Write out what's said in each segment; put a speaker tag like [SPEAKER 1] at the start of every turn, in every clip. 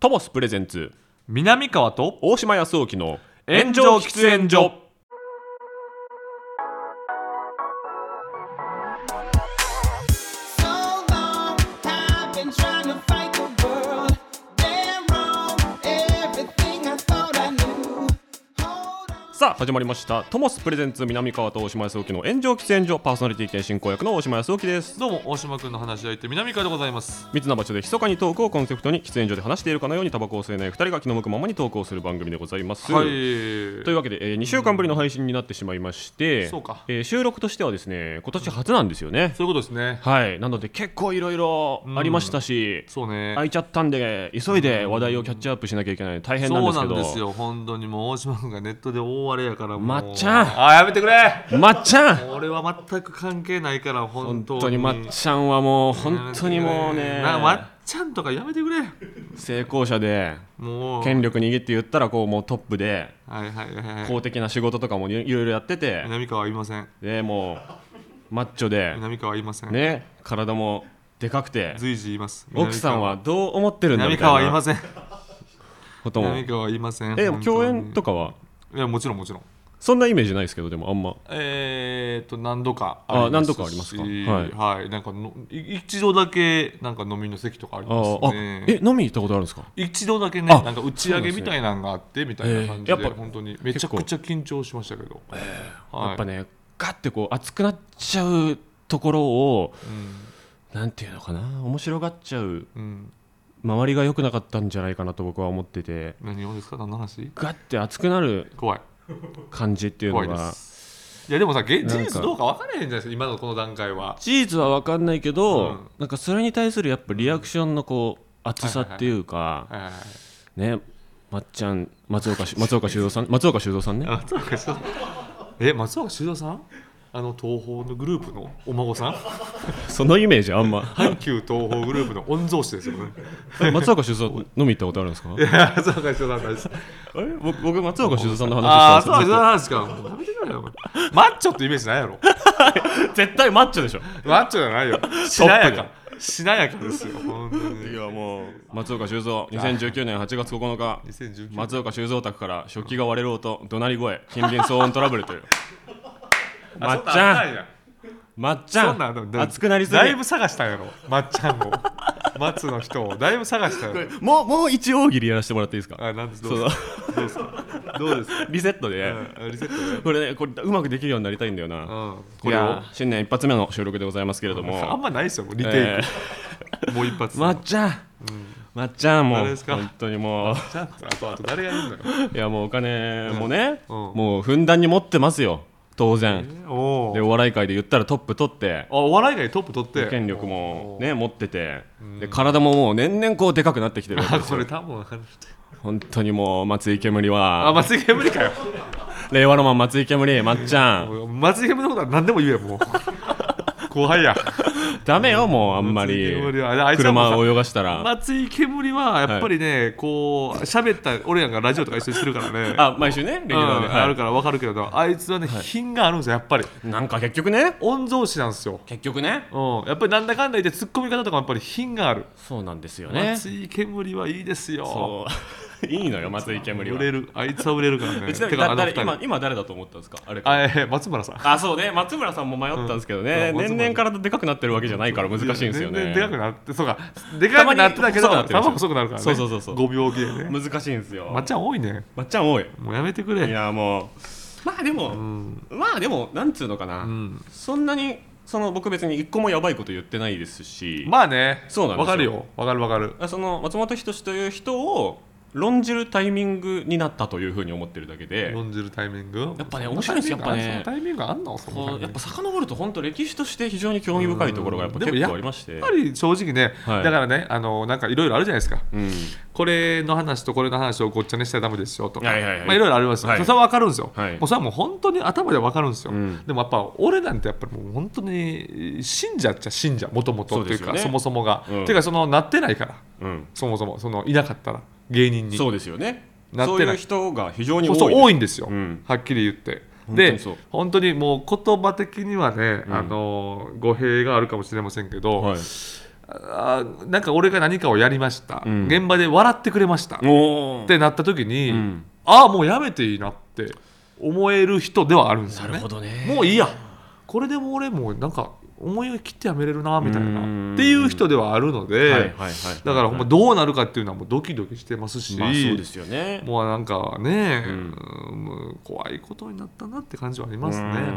[SPEAKER 1] トモスプレゼンツ
[SPEAKER 2] 南川と
[SPEAKER 1] 大島康雄の
[SPEAKER 2] 炎上喫煙所
[SPEAKER 1] さあ始まりましたトモスプレゼンツ南川と大島康雄の炎上喫煙所パーソナリティ兼進行役の大島康雄です
[SPEAKER 2] どうも大島君の話し相手南川でございます
[SPEAKER 1] 密な場所で密かにトークをコンセプトに喫煙所で話しているかのようにタバコを吸えない2人が気の向くままにトークをする番組でございます、
[SPEAKER 2] はい
[SPEAKER 1] というわけで、え2週間ぶりの配信になってしまいまして、
[SPEAKER 2] そうか
[SPEAKER 1] えー収録としてはですね今年初なんですよね、
[SPEAKER 2] そういうことですね
[SPEAKER 1] はいなので結構いろいろありましたし、
[SPEAKER 2] そうね
[SPEAKER 1] 空いちゃったんで急いで話題をキャッチアップしなきゃいけないので大変なんで
[SPEAKER 2] そう
[SPEAKER 1] すけ
[SPEAKER 2] なん
[SPEAKER 1] ど
[SPEAKER 2] ですよ本当にもう大島君がネットで大荒れやからもう
[SPEAKER 1] まっちゃん
[SPEAKER 2] あやめてくれ
[SPEAKER 1] まっちゃん
[SPEAKER 2] 俺は全く関係ないから本
[SPEAKER 1] 本
[SPEAKER 2] 当に
[SPEAKER 1] 当にまっちゃんはもう本当にもうね
[SPEAKER 2] なんかまっちゃんとかやめてくれ
[SPEAKER 1] 成功者で
[SPEAKER 2] もう
[SPEAKER 1] 権力握って言ったらこうもうトップで
[SPEAKER 2] はいはいはいはい
[SPEAKER 1] 公的な仕事とかもいろいろやってて
[SPEAKER 2] 南川はいません
[SPEAKER 1] でもうマッチョで
[SPEAKER 2] 南川はいません、
[SPEAKER 1] ね体もでかくて
[SPEAKER 2] 随時言います
[SPEAKER 1] 奥さんはどう思ってるんだみ
[SPEAKER 2] 南
[SPEAKER 1] た
[SPEAKER 2] 川はいいま
[SPEAKER 1] な
[SPEAKER 2] せん
[SPEAKER 1] ことも
[SPEAKER 2] 南川はいません
[SPEAKER 1] えでも共演とか
[SPEAKER 2] か
[SPEAKER 1] はい
[SPEAKER 2] やもちろんもちろん
[SPEAKER 1] そんなイメージないですけどでもあんま
[SPEAKER 2] えー、っと何度か
[SPEAKER 1] あ
[SPEAKER 2] ります
[SPEAKER 1] 何度かありますか
[SPEAKER 2] し
[SPEAKER 1] はい
[SPEAKER 2] はい、なんかのい一度だけなんか飲みの席とかあり
[SPEAKER 1] あ
[SPEAKER 2] ます
[SPEAKER 1] ーあ
[SPEAKER 2] ね
[SPEAKER 1] え飲みに行ったことあるんですか
[SPEAKER 2] 一度だけね
[SPEAKER 1] あ
[SPEAKER 2] なんか打ち上げみたいなのがあってみたいな感じで、
[SPEAKER 1] えーやっぱ
[SPEAKER 2] 本当にめちゃくちゃ緊張しましたけど、はい
[SPEAKER 1] やっぱねガッてこう熱くなっちゃうところをなんていうのかな面白がっちゃう
[SPEAKER 2] うん、うん、
[SPEAKER 1] 周りが良くなかったんじゃないかなと僕は思ってて
[SPEAKER 2] 何をですか何の話
[SPEAKER 1] ガッて熱くなる
[SPEAKER 2] 怖い
[SPEAKER 1] 感じっていう
[SPEAKER 2] 怖
[SPEAKER 1] の
[SPEAKER 2] いで
[SPEAKER 1] が
[SPEAKER 2] すいやでもさげ
[SPEAKER 1] んか
[SPEAKER 2] 事実どうか分からへんじゃないですか今のこの段階は
[SPEAKER 1] 事実は分かんないけど、
[SPEAKER 2] うん
[SPEAKER 1] なんかそれに対するやっぱリアクションのこう熱さっていうか、
[SPEAKER 2] はいはいはい
[SPEAKER 1] ねまっちゃん松岡し松岡修造さん松岡修造さんね
[SPEAKER 2] 松岡修造さんえ松岡修造さんあの東宝のグループのお孫さん
[SPEAKER 1] そのイメージあん ま
[SPEAKER 2] 阪急東宝グループの御曹司ですよね
[SPEAKER 1] 松岡修造飲み行ったことあるんですか
[SPEAKER 2] いや松岡修造さんです
[SPEAKER 1] あれ僕僕松岡修造さんの
[SPEAKER 2] ああ
[SPEAKER 1] 話
[SPEAKER 2] ー
[SPEAKER 1] して
[SPEAKER 2] 松
[SPEAKER 1] たん
[SPEAKER 2] 岡
[SPEAKER 1] ですけど
[SPEAKER 2] 修造さんですかもうやめてくれよお前マッチョってイメージないやろ
[SPEAKER 1] 絶対マッチョでしょ
[SPEAKER 2] マッチョじゃないよ しなやかしなやかですよ本当
[SPEAKER 1] い
[SPEAKER 2] に
[SPEAKER 1] やもう松岡修造2019年8月9日
[SPEAKER 2] 2019
[SPEAKER 1] 松岡修造宅から食器が割れる音怒鳴り声近隣騒音トラブルというまっちゃん
[SPEAKER 2] ん
[SPEAKER 1] まっちゃ
[SPEAKER 2] そ
[SPEAKER 1] ん
[SPEAKER 2] んなんあんの
[SPEAKER 1] 熱くなりすぎ
[SPEAKER 2] だいぶ探したんやろまっちゃん を松の人をだいぶ探したんやろ
[SPEAKER 1] もうもう一大喜利やらせてもらっていいですか
[SPEAKER 2] あなんですど
[SPEAKER 1] そうの
[SPEAKER 2] ですかどうですかどうですか
[SPEAKER 1] リセットで、
[SPEAKER 2] うんリセットね
[SPEAKER 1] これねこれうまくできるようになりたいんだよな、
[SPEAKER 2] うん
[SPEAKER 1] こ
[SPEAKER 2] こ
[SPEAKER 1] れ
[SPEAKER 2] れ
[SPEAKER 1] を
[SPEAKER 2] を
[SPEAKER 1] 新年一発目の収録でございますけれども
[SPEAKER 2] あんまないですよもうリテイク、
[SPEAKER 1] え
[SPEAKER 2] もう一発
[SPEAKER 1] ーまっちゃん、まっちゃんもう
[SPEAKER 2] 誰ですか
[SPEAKER 1] 本当にもう
[SPEAKER 2] ちゃんとあとあと誰がいるんだよ
[SPEAKER 1] いやもうお金もね、
[SPEAKER 2] うん
[SPEAKER 1] もうふんだんに持ってますよ当然、
[SPEAKER 2] お
[SPEAKER 1] で
[SPEAKER 2] ー
[SPEAKER 1] お笑い界で言ったらトップ取って
[SPEAKER 2] あお笑い界トップ取って
[SPEAKER 1] 権力も
[SPEAKER 2] おー
[SPEAKER 1] ね持っててで体ももう年々こうでかくなってきてるわけ
[SPEAKER 2] あ
[SPEAKER 1] です
[SPEAKER 2] こ
[SPEAKER 1] よ
[SPEAKER 2] れ多分あの人
[SPEAKER 1] 本当にもう松井煙
[SPEAKER 2] あ
[SPEAKER 1] は
[SPEAKER 2] 松井煙かよ
[SPEAKER 1] 令和ロマン松井煙まっちゃん
[SPEAKER 2] 松井煙のことは何でも言えもう 後輩や
[SPEAKER 1] ダメよもうあんまり
[SPEAKER 2] 松井煙はあいつらも
[SPEAKER 1] 車
[SPEAKER 2] さ
[SPEAKER 1] を泳がしたら
[SPEAKER 2] 松井煙はやっぱりね、こう喋った俺らがラジオとか一緒にするからね
[SPEAKER 1] あ毎週ねレギュラーで、
[SPEAKER 2] うん
[SPEAKER 1] はい
[SPEAKER 2] あるから分かるけれどあいつはね、品があるんですよやっぱり
[SPEAKER 1] なんか結局ね
[SPEAKER 2] 御曹司なんですよ
[SPEAKER 1] 結局ね
[SPEAKER 2] うん、やっぱりなんだかんだ言って突っ込み方とかもやっぱり品がある、
[SPEAKER 1] そうなんですよね
[SPEAKER 2] 松井煙はいいですよ
[SPEAKER 1] そう いいのよ松井煙
[SPEAKER 2] 売
[SPEAKER 1] は
[SPEAKER 2] れるあいつは売れ るからね
[SPEAKER 1] ちなみ
[SPEAKER 2] て
[SPEAKER 1] に
[SPEAKER 2] かあ
[SPEAKER 1] だ
[SPEAKER 2] の
[SPEAKER 1] 誰
[SPEAKER 2] 二人
[SPEAKER 1] 今今誰だと思ったんですかあれ
[SPEAKER 2] あえー松村さん
[SPEAKER 1] あそうね松村さんも迷ったんですけどね、
[SPEAKER 2] うんうん松村
[SPEAKER 1] 年
[SPEAKER 2] さん
[SPEAKER 1] 々体でかくなってるわけじゃないから難しいんですよ
[SPEAKER 2] いや
[SPEAKER 1] ね
[SPEAKER 2] 全然でかくなってそうかでかくなってたけど
[SPEAKER 1] たまに細くなってるでしょ
[SPEAKER 2] 頭細くなるからね
[SPEAKER 1] そうそうそうそう
[SPEAKER 2] 5秒切れね
[SPEAKER 1] 難しいんですよ
[SPEAKER 2] まっちゃん多いね
[SPEAKER 1] まっちゃん多い
[SPEAKER 2] もうやめてく
[SPEAKER 1] い
[SPEAKER 2] れ
[SPEAKER 1] やもうまあでも、まあでもなんつうのかな、
[SPEAKER 2] ん
[SPEAKER 1] そんなにその僕別に一個もやばいこと言ってないですし、
[SPEAKER 2] まあね
[SPEAKER 1] そうなんですよ
[SPEAKER 2] わかるよわかるわかる
[SPEAKER 1] その松本人志という人を論じるタイミングになったというふうに思ってるだけで
[SPEAKER 2] 論じるタイミング
[SPEAKER 1] やっぱね面白いんですよやっぱね
[SPEAKER 2] そのタイミングあんのそのタイ
[SPEAKER 1] こ
[SPEAKER 2] ミン
[SPEAKER 1] う
[SPEAKER 2] グ
[SPEAKER 1] やっぱ遡ると本当歴史として非常に興味深いところがやっぱ
[SPEAKER 2] うんで
[SPEAKER 1] 結
[SPEAKER 2] も
[SPEAKER 1] 構ありまして
[SPEAKER 2] やっぱり正直ね、
[SPEAKER 1] はい
[SPEAKER 2] だからねあのなんかいろいろあるじゃないですか
[SPEAKER 1] うん
[SPEAKER 2] これの話とこれの話をごっちゃにしたらダメですよとか、
[SPEAKER 1] はいはいはい
[SPEAKER 2] まあ、いろいろありますよ、
[SPEAKER 1] はい
[SPEAKER 2] それは分かるんですよ、
[SPEAKER 1] はい
[SPEAKER 2] もうそれはもう本当に頭で分かるんですよ、
[SPEAKER 1] うん
[SPEAKER 2] でもやっぱ俺なんてやっぱりもう本当に信者っちゃ信者もともとっていう
[SPEAKER 1] そうです
[SPEAKER 2] か
[SPEAKER 1] よ
[SPEAKER 2] そ
[SPEAKER 1] ね
[SPEAKER 2] もそもが、
[SPEAKER 1] うん
[SPEAKER 2] っていうかそのなってないから
[SPEAKER 1] うん
[SPEAKER 2] そもそもそのいなかったら芸人に
[SPEAKER 1] そうですよね
[SPEAKER 2] なっ
[SPEAKER 1] そう
[SPEAKER 2] て
[SPEAKER 1] い
[SPEAKER 2] な
[SPEAKER 1] う
[SPEAKER 2] い
[SPEAKER 1] 人が非常に
[SPEAKER 2] そ
[SPEAKER 1] 多
[SPEAKER 2] う
[SPEAKER 1] い
[SPEAKER 2] そう多いんですよ、
[SPEAKER 1] うん
[SPEAKER 2] はっきり言って。
[SPEAKER 1] 本当に
[SPEAKER 2] で
[SPEAKER 1] そう
[SPEAKER 2] 本当にもう言葉的にはね、
[SPEAKER 1] うん
[SPEAKER 2] あの語弊があるかもしれませんけど、
[SPEAKER 1] はい
[SPEAKER 2] あなんか俺が何かをやりました、
[SPEAKER 1] うん
[SPEAKER 2] 現場で笑ってくれました、っ
[SPEAKER 1] お
[SPEAKER 2] てなった時に、
[SPEAKER 1] うん
[SPEAKER 2] ああもうやめていいなって思える人ではあるんです
[SPEAKER 1] な
[SPEAKER 2] よ
[SPEAKER 1] る
[SPEAKER 2] ね
[SPEAKER 1] ほどね
[SPEAKER 2] もういいやこれでも俺もうなんか思い切ってやめれるなみたい
[SPEAKER 1] うん
[SPEAKER 2] なっていう人ではあるので、
[SPEAKER 1] はいはいはいはい
[SPEAKER 2] だからほんまどうなるかっていうのはもうドキドキしてますし、
[SPEAKER 1] まあそうですよね
[SPEAKER 2] もうなんかね、
[SPEAKER 1] う
[SPEAKER 2] うんんもう怖いことになったなって感じはありますね。
[SPEAKER 1] う
[SPEAKER 2] は
[SPEAKER 1] ん
[SPEAKER 2] いはい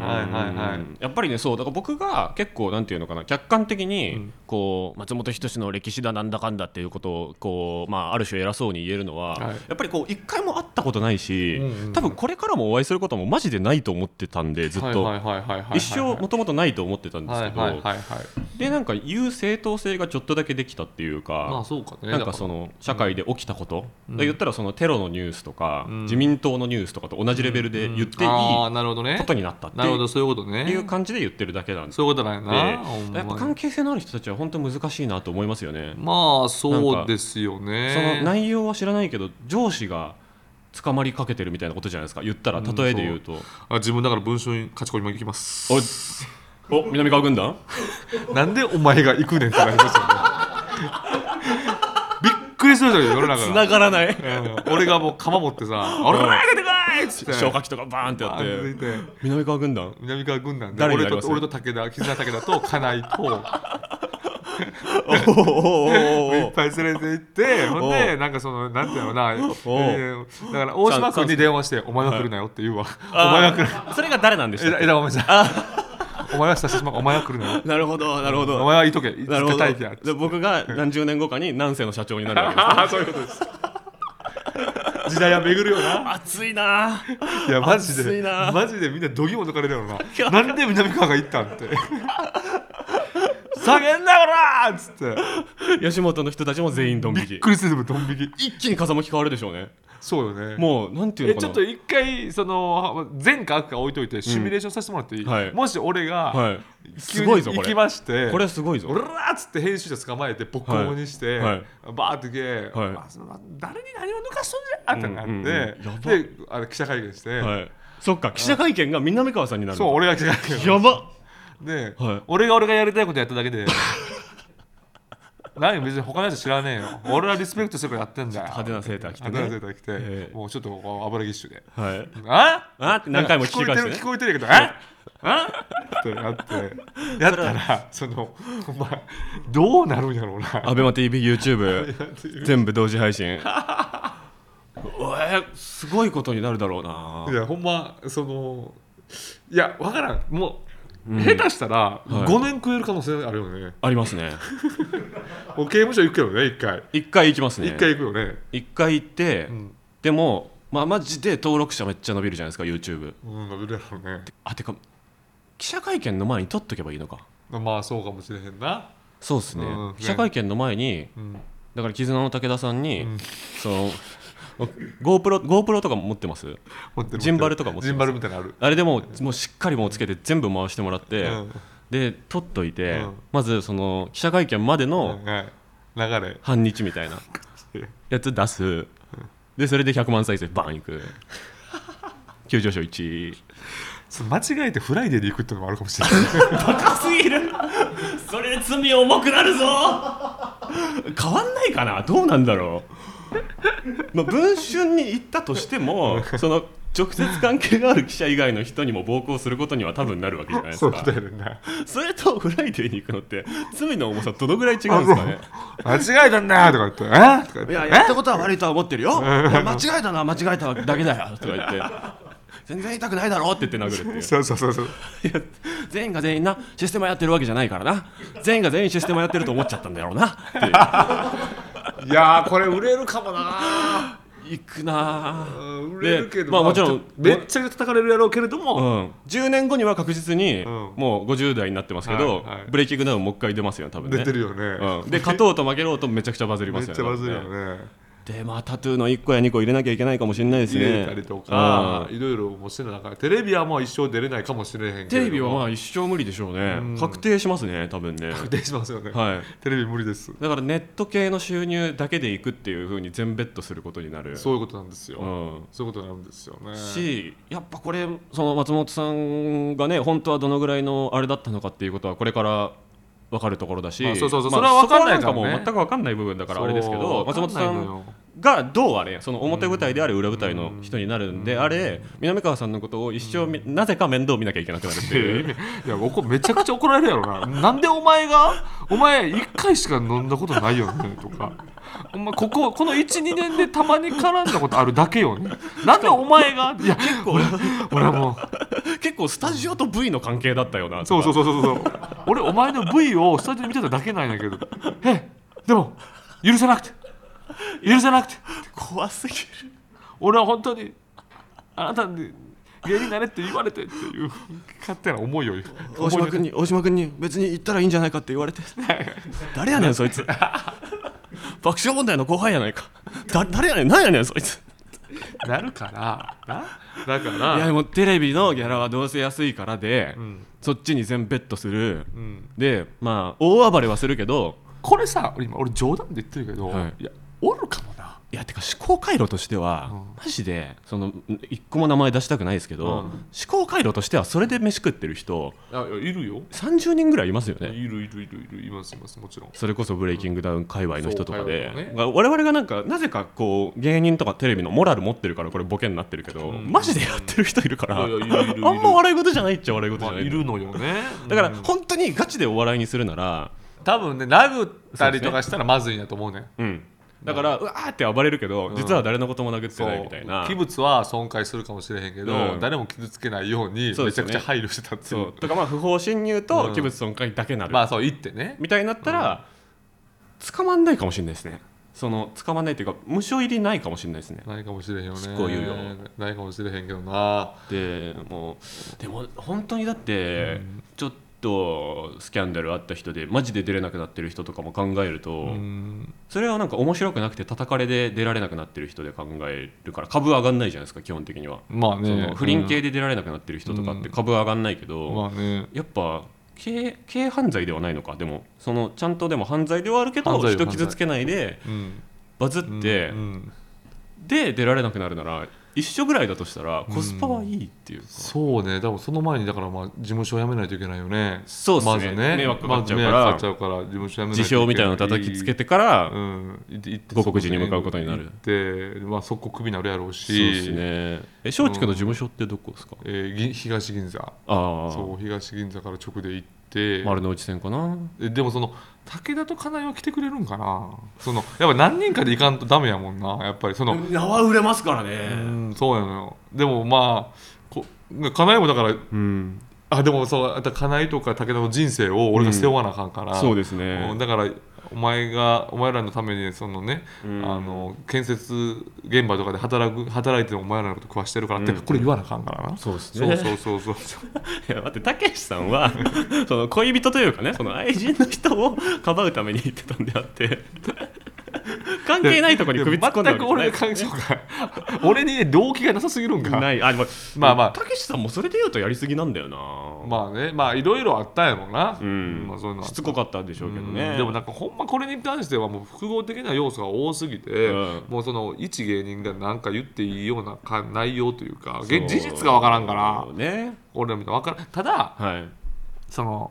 [SPEAKER 2] はい。
[SPEAKER 1] やっぱりねそうだから僕が結構なんていうのかな客観的に、
[SPEAKER 2] うん
[SPEAKER 1] こう松本人志の歴史だなんだかんだっていうことをこう、まあ、ある種偉そうに言えるのは、
[SPEAKER 2] はい
[SPEAKER 1] やっぱりこう一回も会ったことないし、
[SPEAKER 2] うんうん
[SPEAKER 1] 多分これからもお会いすることもマジでないと思ってたんでずっと、
[SPEAKER 2] はいはいはいはいはい、
[SPEAKER 1] 一生もともとないと思ってたんですけ
[SPEAKER 2] はい
[SPEAKER 1] ど、
[SPEAKER 2] はいはいはい。
[SPEAKER 1] でなんか言う正当性がちょっとだけできたっていうか、
[SPEAKER 2] まあそうかね。
[SPEAKER 1] なんかその社会で起きたこと、
[SPEAKER 2] うん
[SPEAKER 1] 言ったらそのテロのニュースとか、
[SPEAKER 2] うん
[SPEAKER 1] 自民党のニュースとかと同じレベルで言っていい
[SPEAKER 2] ああ
[SPEAKER 1] こ
[SPEAKER 2] ーなるほどね。
[SPEAKER 1] とになったって
[SPEAKER 2] なる
[SPEAKER 1] い
[SPEAKER 2] ほ
[SPEAKER 1] う
[SPEAKER 2] どそういうことね。
[SPEAKER 1] いう感じで言ってるだけなんです
[SPEAKER 2] そういうことなんやな。
[SPEAKER 1] で
[SPEAKER 2] ほんま
[SPEAKER 1] やっ
[SPEAKER 2] に
[SPEAKER 1] ぱ関係性のある人たちは本当難しいなと思いますよね、
[SPEAKER 2] まあそうですよね。
[SPEAKER 1] その内容は知らないけど上司が捕まりかけてるみたいなことじゃないですか言ったら
[SPEAKER 2] うん
[SPEAKER 1] 例えで言うと、
[SPEAKER 2] あ自分だから文春に勝ち込みも行きます。
[SPEAKER 1] おお南川軍 団
[SPEAKER 2] なんでお前が行くねんってなりますよね。 びっくりするじゃん世の中が。
[SPEAKER 1] がらない
[SPEAKER 2] うん俺がもう釜持ってさ、俺が前出てこいっつって。
[SPEAKER 1] 消火器とかバーンってやっ
[SPEAKER 2] バー
[SPEAKER 1] て
[SPEAKER 2] ンってやって
[SPEAKER 1] 南川軍団
[SPEAKER 2] 南川軍団で
[SPEAKER 1] 誰に
[SPEAKER 2] 俺
[SPEAKER 1] なります
[SPEAKER 2] と俺と武田絆武田と金井 と
[SPEAKER 1] おおおお
[SPEAKER 2] いっ ぱい連れて行ってほん
[SPEAKER 1] お
[SPEAKER 2] でなんかそのなんていうのかな、えーだから大島君に電話して「お前が来るなよ」って言う わ「お前が来るな
[SPEAKER 1] それが誰なんで」したっ
[SPEAKER 2] 枝
[SPEAKER 1] け
[SPEAKER 2] 枝豆じゃんお前は親し島お前が来るなよ
[SPEAKER 1] なるほどなるほ
[SPEAKER 2] お
[SPEAKER 1] ど
[SPEAKER 2] 前はいとけいつ
[SPEAKER 1] なるほ
[SPEAKER 2] か
[SPEAKER 1] ど
[SPEAKER 2] 待機や」
[SPEAKER 1] で僕が何十年後かに南西の社長になるわけです
[SPEAKER 2] ああそういうことです時代は巡るよ な
[SPEAKER 1] 熱いない
[SPEAKER 2] やマジ
[SPEAKER 1] 熱い
[SPEAKER 2] で
[SPEAKER 1] な
[SPEAKER 2] マジでみんなどぎも抜かれるよななんで南川が行ったんって 下げんなこらーっつって
[SPEAKER 1] 吉本の人たちも全員ドン引き
[SPEAKER 2] びっくりするもドン引き
[SPEAKER 1] 一気に風向き変わるでしょうね
[SPEAKER 2] そうよね
[SPEAKER 1] もうなんていう
[SPEAKER 2] え
[SPEAKER 1] の
[SPEAKER 2] ち
[SPEAKER 1] か
[SPEAKER 2] ょっ
[SPEAKER 1] な
[SPEAKER 2] と一回その前か悪か置いといてシミュレーションさせてもらっていい、
[SPEAKER 1] はい
[SPEAKER 2] もし俺が、
[SPEAKER 1] はい
[SPEAKER 2] 急
[SPEAKER 1] す
[SPEAKER 2] に
[SPEAKER 1] ごいぞこ
[SPEAKER 2] 行き
[SPEAKER 1] れ
[SPEAKER 2] まして
[SPEAKER 1] これすごいぞ
[SPEAKER 2] 俺らっつって編集者捕まえてボッコボコにして、
[SPEAKER 1] はい
[SPEAKER 2] バーってゲー、
[SPEAKER 1] はい
[SPEAKER 2] まあその誰に何を抜かしとんじゃんってなって、
[SPEAKER 1] うんうんうんやば
[SPEAKER 2] であの記者会見して、
[SPEAKER 1] はいそっか記者会見が南川さんになる
[SPEAKER 2] そう俺が記者会見
[SPEAKER 1] やば
[SPEAKER 2] で、
[SPEAKER 1] はい
[SPEAKER 2] 俺が俺がやりたいことやっただけで何別に他の人知らねえよ俺はリスペクトするからやってんだよ
[SPEAKER 1] 派手なセーター着てね
[SPEAKER 2] 派手なセーター着て、
[SPEAKER 1] ええ
[SPEAKER 2] もうちょっとこう油ぎっしゅで
[SPEAKER 1] はい
[SPEAKER 2] あ
[SPEAKER 1] あって何回も聞き返してね
[SPEAKER 2] 聞こえてる聞こえてるけどあ あってなってやったらそのお前どうなるんやろうな
[SPEAKER 1] アベマ t v YouTube 全部同時配信うわえすごいことになるだろうない
[SPEAKER 2] やほんまそのいやわからんもう、下手したら
[SPEAKER 1] い
[SPEAKER 2] 5年食える可能性あるよね、
[SPEAKER 1] ありますね
[SPEAKER 2] もう刑務所行くよね一回
[SPEAKER 1] 一回行きますね
[SPEAKER 2] 一回行くよね、
[SPEAKER 1] 一回行って、
[SPEAKER 2] ん
[SPEAKER 1] でもまあマジで登録者めっちゃ伸びるじゃないですか YouTube
[SPEAKER 2] うん伸びるやろうね
[SPEAKER 1] あてか記者会見の前に撮っとけばいいのか
[SPEAKER 2] まあそうかもしれへんな
[SPEAKER 1] そうですね、
[SPEAKER 2] うん
[SPEAKER 1] 記者会見の前に
[SPEAKER 2] うん
[SPEAKER 1] だから絆の武田さんに、
[SPEAKER 2] ん
[SPEAKER 1] その GoPro, GoPro とか持ってます
[SPEAKER 2] 持ってる
[SPEAKER 1] ジンバルとか持ってます
[SPEAKER 2] ジンバルみたいなのある
[SPEAKER 1] あれでもうもうしっかりもうつけて全部回してもらって、
[SPEAKER 2] うん
[SPEAKER 1] で撮っといて、
[SPEAKER 2] うん
[SPEAKER 1] まずその記者会見までの
[SPEAKER 2] はい流れ
[SPEAKER 1] 半日みたいなやつ出すでそれで100万再生バンいく急上昇1
[SPEAKER 2] それ間違えてフライデーで行くっていうのもあるかもしれない
[SPEAKER 1] 高すぎるそれで罪重くなるぞ変わんないかなどうなんだろう、まあ、文春に行ったとしてもその直接関係がある記者以外の人にも暴行することには多分なるわけじゃないです
[SPEAKER 2] そう
[SPEAKER 1] か
[SPEAKER 2] だよね
[SPEAKER 1] それとフライデーに行くのって罪の重さどのぐらい違うんですかね
[SPEAKER 2] 間違えたんだよとか言って、えとか
[SPEAKER 1] い
[SPEAKER 2] 言っ
[SPEAKER 1] や
[SPEAKER 2] て、
[SPEAKER 1] やったことは悪いとは思って るよいや間違えたのは間違えただけだよとか言って全然痛くないだろうって言って殴るっていう
[SPEAKER 2] えそうそうそうそう。
[SPEAKER 1] いや全員が全員なシステムやってるわけじゃないからな全員が全員システムやってると思っちゃったんだろうなって
[SPEAKER 2] いやー、これ売れるかもな
[SPEAKER 1] いういくな
[SPEAKER 2] ー。
[SPEAKER 1] ぁ
[SPEAKER 2] うん売れるけ
[SPEAKER 1] で
[SPEAKER 2] ど、
[SPEAKER 1] まあもちろん
[SPEAKER 2] めっちゃ叩かれるやろうけれど
[SPEAKER 1] う
[SPEAKER 2] も、
[SPEAKER 1] ん、10年後には確実に
[SPEAKER 2] ん
[SPEAKER 1] もう50代になってますけど、
[SPEAKER 2] はいはい
[SPEAKER 1] ブレイキングダウンもう一回出ますよね多分ね
[SPEAKER 2] 出てるよね
[SPEAKER 1] うん、。で勝とうと負けろうとめちゃくちゃバズりま
[SPEAKER 2] めっ
[SPEAKER 1] すよね
[SPEAKER 2] ちゃバズるよ
[SPEAKER 1] 多分ね
[SPEAKER 2] ね。
[SPEAKER 1] でまあタトゥーの1個や2個入れなきゃいけないかもしれないです
[SPEAKER 2] 入
[SPEAKER 1] ね
[SPEAKER 2] れたりとか、いろいろもしてな中、テレビはまあ一生出れないかもしれへん
[SPEAKER 1] うん
[SPEAKER 2] け
[SPEAKER 1] テ
[SPEAKER 2] れども。
[SPEAKER 1] レビは まあ一生無理でしょうね、
[SPEAKER 2] うん
[SPEAKER 1] 確定しますね多分ね
[SPEAKER 2] 確定しますよね。
[SPEAKER 1] はい
[SPEAKER 2] テレビ無理です。
[SPEAKER 1] だからネット系の収入だけでいくっていうふうに全ベットすることになる
[SPEAKER 2] そういうことなんですよ。
[SPEAKER 1] うん
[SPEAKER 2] そういうことなんですよね。
[SPEAKER 1] しやっぱこれその松本さんがね本当はどのぐらいのあれだったのかっていうことはこれから分かるところだし、
[SPEAKER 2] まあそうそうそう
[SPEAKER 1] まあ
[SPEAKER 2] それは分かんない
[SPEAKER 1] そ
[SPEAKER 2] か
[SPEAKER 1] こ
[SPEAKER 2] ら
[SPEAKER 1] は
[SPEAKER 2] ね
[SPEAKER 1] なんかもう全く分かんない部分だからあれですけど松本さ
[SPEAKER 2] わかないの
[SPEAKER 1] ん
[SPEAKER 2] よ
[SPEAKER 1] がどうあれその表舞台であれ裏舞台の人になるんであれ南川さんのことを一生みなぜか面倒見なきゃいけなくなるっていう
[SPEAKER 2] いや僕めちゃくちゃ怒られるやろななんでお前がお前1回しか飲んだことないよねとかお前こここの12年でたまに絡んだことあるだけよねなんでお前がいや
[SPEAKER 1] 結構
[SPEAKER 2] 俺はも
[SPEAKER 1] 結構スタジオと V の関係だったよな
[SPEAKER 2] うそうそう
[SPEAKER 1] う
[SPEAKER 2] そうそうそう俺お前の V をスタジオで見てただけなんやけどえでも許せなくて許せなくて
[SPEAKER 1] 怖すぎる
[SPEAKER 2] 俺は本当にあなたに芸人になれって言われてっていう勝手な思いを
[SPEAKER 1] 大島君に大島君に別に行ったらいいんじゃないかって言われて誰やねんそいつ爆笑問題の後輩やないかだ誰やねん何やねんそいつ
[SPEAKER 2] なるからなだから
[SPEAKER 1] いやでもテレビのギャラはどうせ安いからで、
[SPEAKER 2] ん
[SPEAKER 1] そっちに全ベットする、
[SPEAKER 2] うん
[SPEAKER 1] でまあ大暴れはするけど
[SPEAKER 2] これさ俺今俺冗談で言ってるけど、
[SPEAKER 1] はい
[SPEAKER 2] い、やおるかもない
[SPEAKER 1] やてか思考回路としては、マジでそのん一個も名前出したくないですけど、
[SPEAKER 2] うん
[SPEAKER 1] 思考回路としてはそれで飯食ってる人
[SPEAKER 2] あいやいるよ
[SPEAKER 1] 30人ぐらいいますよね、
[SPEAKER 2] いるいるいるいるいますいますもちろん
[SPEAKER 1] それこそブレイキングダウン界隈の人とかで、
[SPEAKER 2] そう界隈
[SPEAKER 1] 我々がなんかなぜかこう芸人とかテレビのモラル持ってるからこれボケになってるけど、
[SPEAKER 2] ん
[SPEAKER 1] マジでやってる人いるから、
[SPEAKER 2] いやいやいるいるいる
[SPEAKER 1] あんま笑い事じゃないっちゃ笑い事じ
[SPEAKER 2] ま
[SPEAKER 1] ゃ
[SPEAKER 2] あ、
[SPEAKER 1] ない,、
[SPEAKER 2] いるのよね
[SPEAKER 1] だから
[SPEAKER 2] うん
[SPEAKER 1] 本当にガチでお笑いにするなら、
[SPEAKER 2] 多分ね殴ったりとかしたらまずいなと思うね
[SPEAKER 1] うん、だから、うわーって暴れるけど実は誰のことも殴って
[SPEAKER 2] そう
[SPEAKER 1] ないみたいな、
[SPEAKER 2] 器物は損壊するかもしれへんけど、
[SPEAKER 1] うん
[SPEAKER 2] 誰も傷つけないように
[SPEAKER 1] そうで
[SPEAKER 2] め
[SPEAKER 1] す
[SPEAKER 2] ち
[SPEAKER 1] よ
[SPEAKER 2] ゃ
[SPEAKER 1] ね
[SPEAKER 2] くちゃ配慮してたってい
[SPEAKER 1] そううとかまあ不法侵入
[SPEAKER 2] う
[SPEAKER 1] と
[SPEAKER 2] ん
[SPEAKER 1] 器物損壊だけなる、
[SPEAKER 2] まあそう言ってね
[SPEAKER 1] みたいになったら、捕まんないかもしれないですねその捕まんないというか無償入りないかもしれないですね
[SPEAKER 2] ないかもしれへんよね
[SPEAKER 1] っごい言うよ
[SPEAKER 2] ないかもしれへんけどな
[SPEAKER 1] でもうでも本当にだって、ちょっとスキャンダルあった人でマジで出れなくなってる人とかも考えると、
[SPEAKER 2] うん
[SPEAKER 1] それはなんか面白くなくて叩かれで出られなくなってる人で考えるから株上がんないじゃないですか基本的には、
[SPEAKER 2] まあ
[SPEAKER 1] そ
[SPEAKER 2] ね
[SPEAKER 1] の不倫系で出られなくなってる人とかって株上がんないけど、
[SPEAKER 2] うんまあね
[SPEAKER 1] やっぱ軽軽犯罪ではないのかでもそのちゃんとでも犯罪ではあるけど
[SPEAKER 2] 犯罪よ
[SPEAKER 1] 人傷つけないで
[SPEAKER 2] うん
[SPEAKER 1] バズって、
[SPEAKER 2] うん
[SPEAKER 1] で出られなくなるなら一緒ぐらいだとしたらコスパはいいっていうか、
[SPEAKER 2] そうね、多分その前にだからまあ事務所を辞めないといけないよね。
[SPEAKER 1] そうっすね
[SPEAKER 2] まずね、
[SPEAKER 1] 迷惑かかっちゃうから
[SPEAKER 2] まず迷惑かかっちゃうから事務所辞めないとい
[SPEAKER 1] 辞
[SPEAKER 2] けない
[SPEAKER 1] 表みたいなの叩きつけてから、
[SPEAKER 2] うん、い行って
[SPEAKER 1] 五国寺に向かうことになる
[SPEAKER 2] 行って、まあ、速攻クビになるやろう
[SPEAKER 1] そうです
[SPEAKER 2] し、
[SPEAKER 1] ねえ松竹の事務所ってどこですか、
[SPEAKER 2] えーぎ東銀座
[SPEAKER 1] あ
[SPEAKER 2] そ
[SPEAKER 1] あ
[SPEAKER 2] う東銀座から直で行って、
[SPEAKER 1] 丸の内線かな
[SPEAKER 2] えでもその武田と金井は来てくれるんかなそのやっぱ何人かで行かんとダメやもんなやっぱりその、
[SPEAKER 1] 縄売れますから
[SPEAKER 2] うんそうやのよでもまあこ金井もだから
[SPEAKER 1] うん
[SPEAKER 2] あでもそうあと金井とか武田の人生を俺が背負わなあかんから、
[SPEAKER 1] そうです
[SPEAKER 2] うん
[SPEAKER 1] ね
[SPEAKER 2] だからお前がお前らのためにそのね、
[SPEAKER 1] うん
[SPEAKER 2] あの建設現場とかで働く働いてお前らのこと食わしてるからって、
[SPEAKER 1] うん
[SPEAKER 2] これ言わなあかんからな。
[SPEAKER 1] そうです
[SPEAKER 2] そう
[SPEAKER 1] ね
[SPEAKER 2] そうそうそうそう
[SPEAKER 1] いや待ってたけしさんは その恋人というかねその愛人の人をかばうために言ってたんであって 関係ないところに首突っ込んだ
[SPEAKER 2] 全
[SPEAKER 1] わけ
[SPEAKER 2] く
[SPEAKER 1] じゃない
[SPEAKER 2] 俺の感情が俺にね動機がなさすぎるんか
[SPEAKER 1] ないあでも
[SPEAKER 2] まあまあ
[SPEAKER 1] たけしさんもそれで言うとやりすぎなんだよなま
[SPEAKER 2] まあねまあいろいろあったんやろうな、
[SPEAKER 1] うん
[SPEAKER 2] まあ、そういうのは
[SPEAKER 1] しつこかったんでしょうけどね
[SPEAKER 2] うんでもなんかほんまこれに関してはもう複合的な要素が多すぎて、
[SPEAKER 1] うん
[SPEAKER 2] もうその一芸人が何か言っていいようなか内容というか現事実がわからんから
[SPEAKER 1] そうね
[SPEAKER 2] 俺らみたいなわからんただ
[SPEAKER 1] はい
[SPEAKER 2] その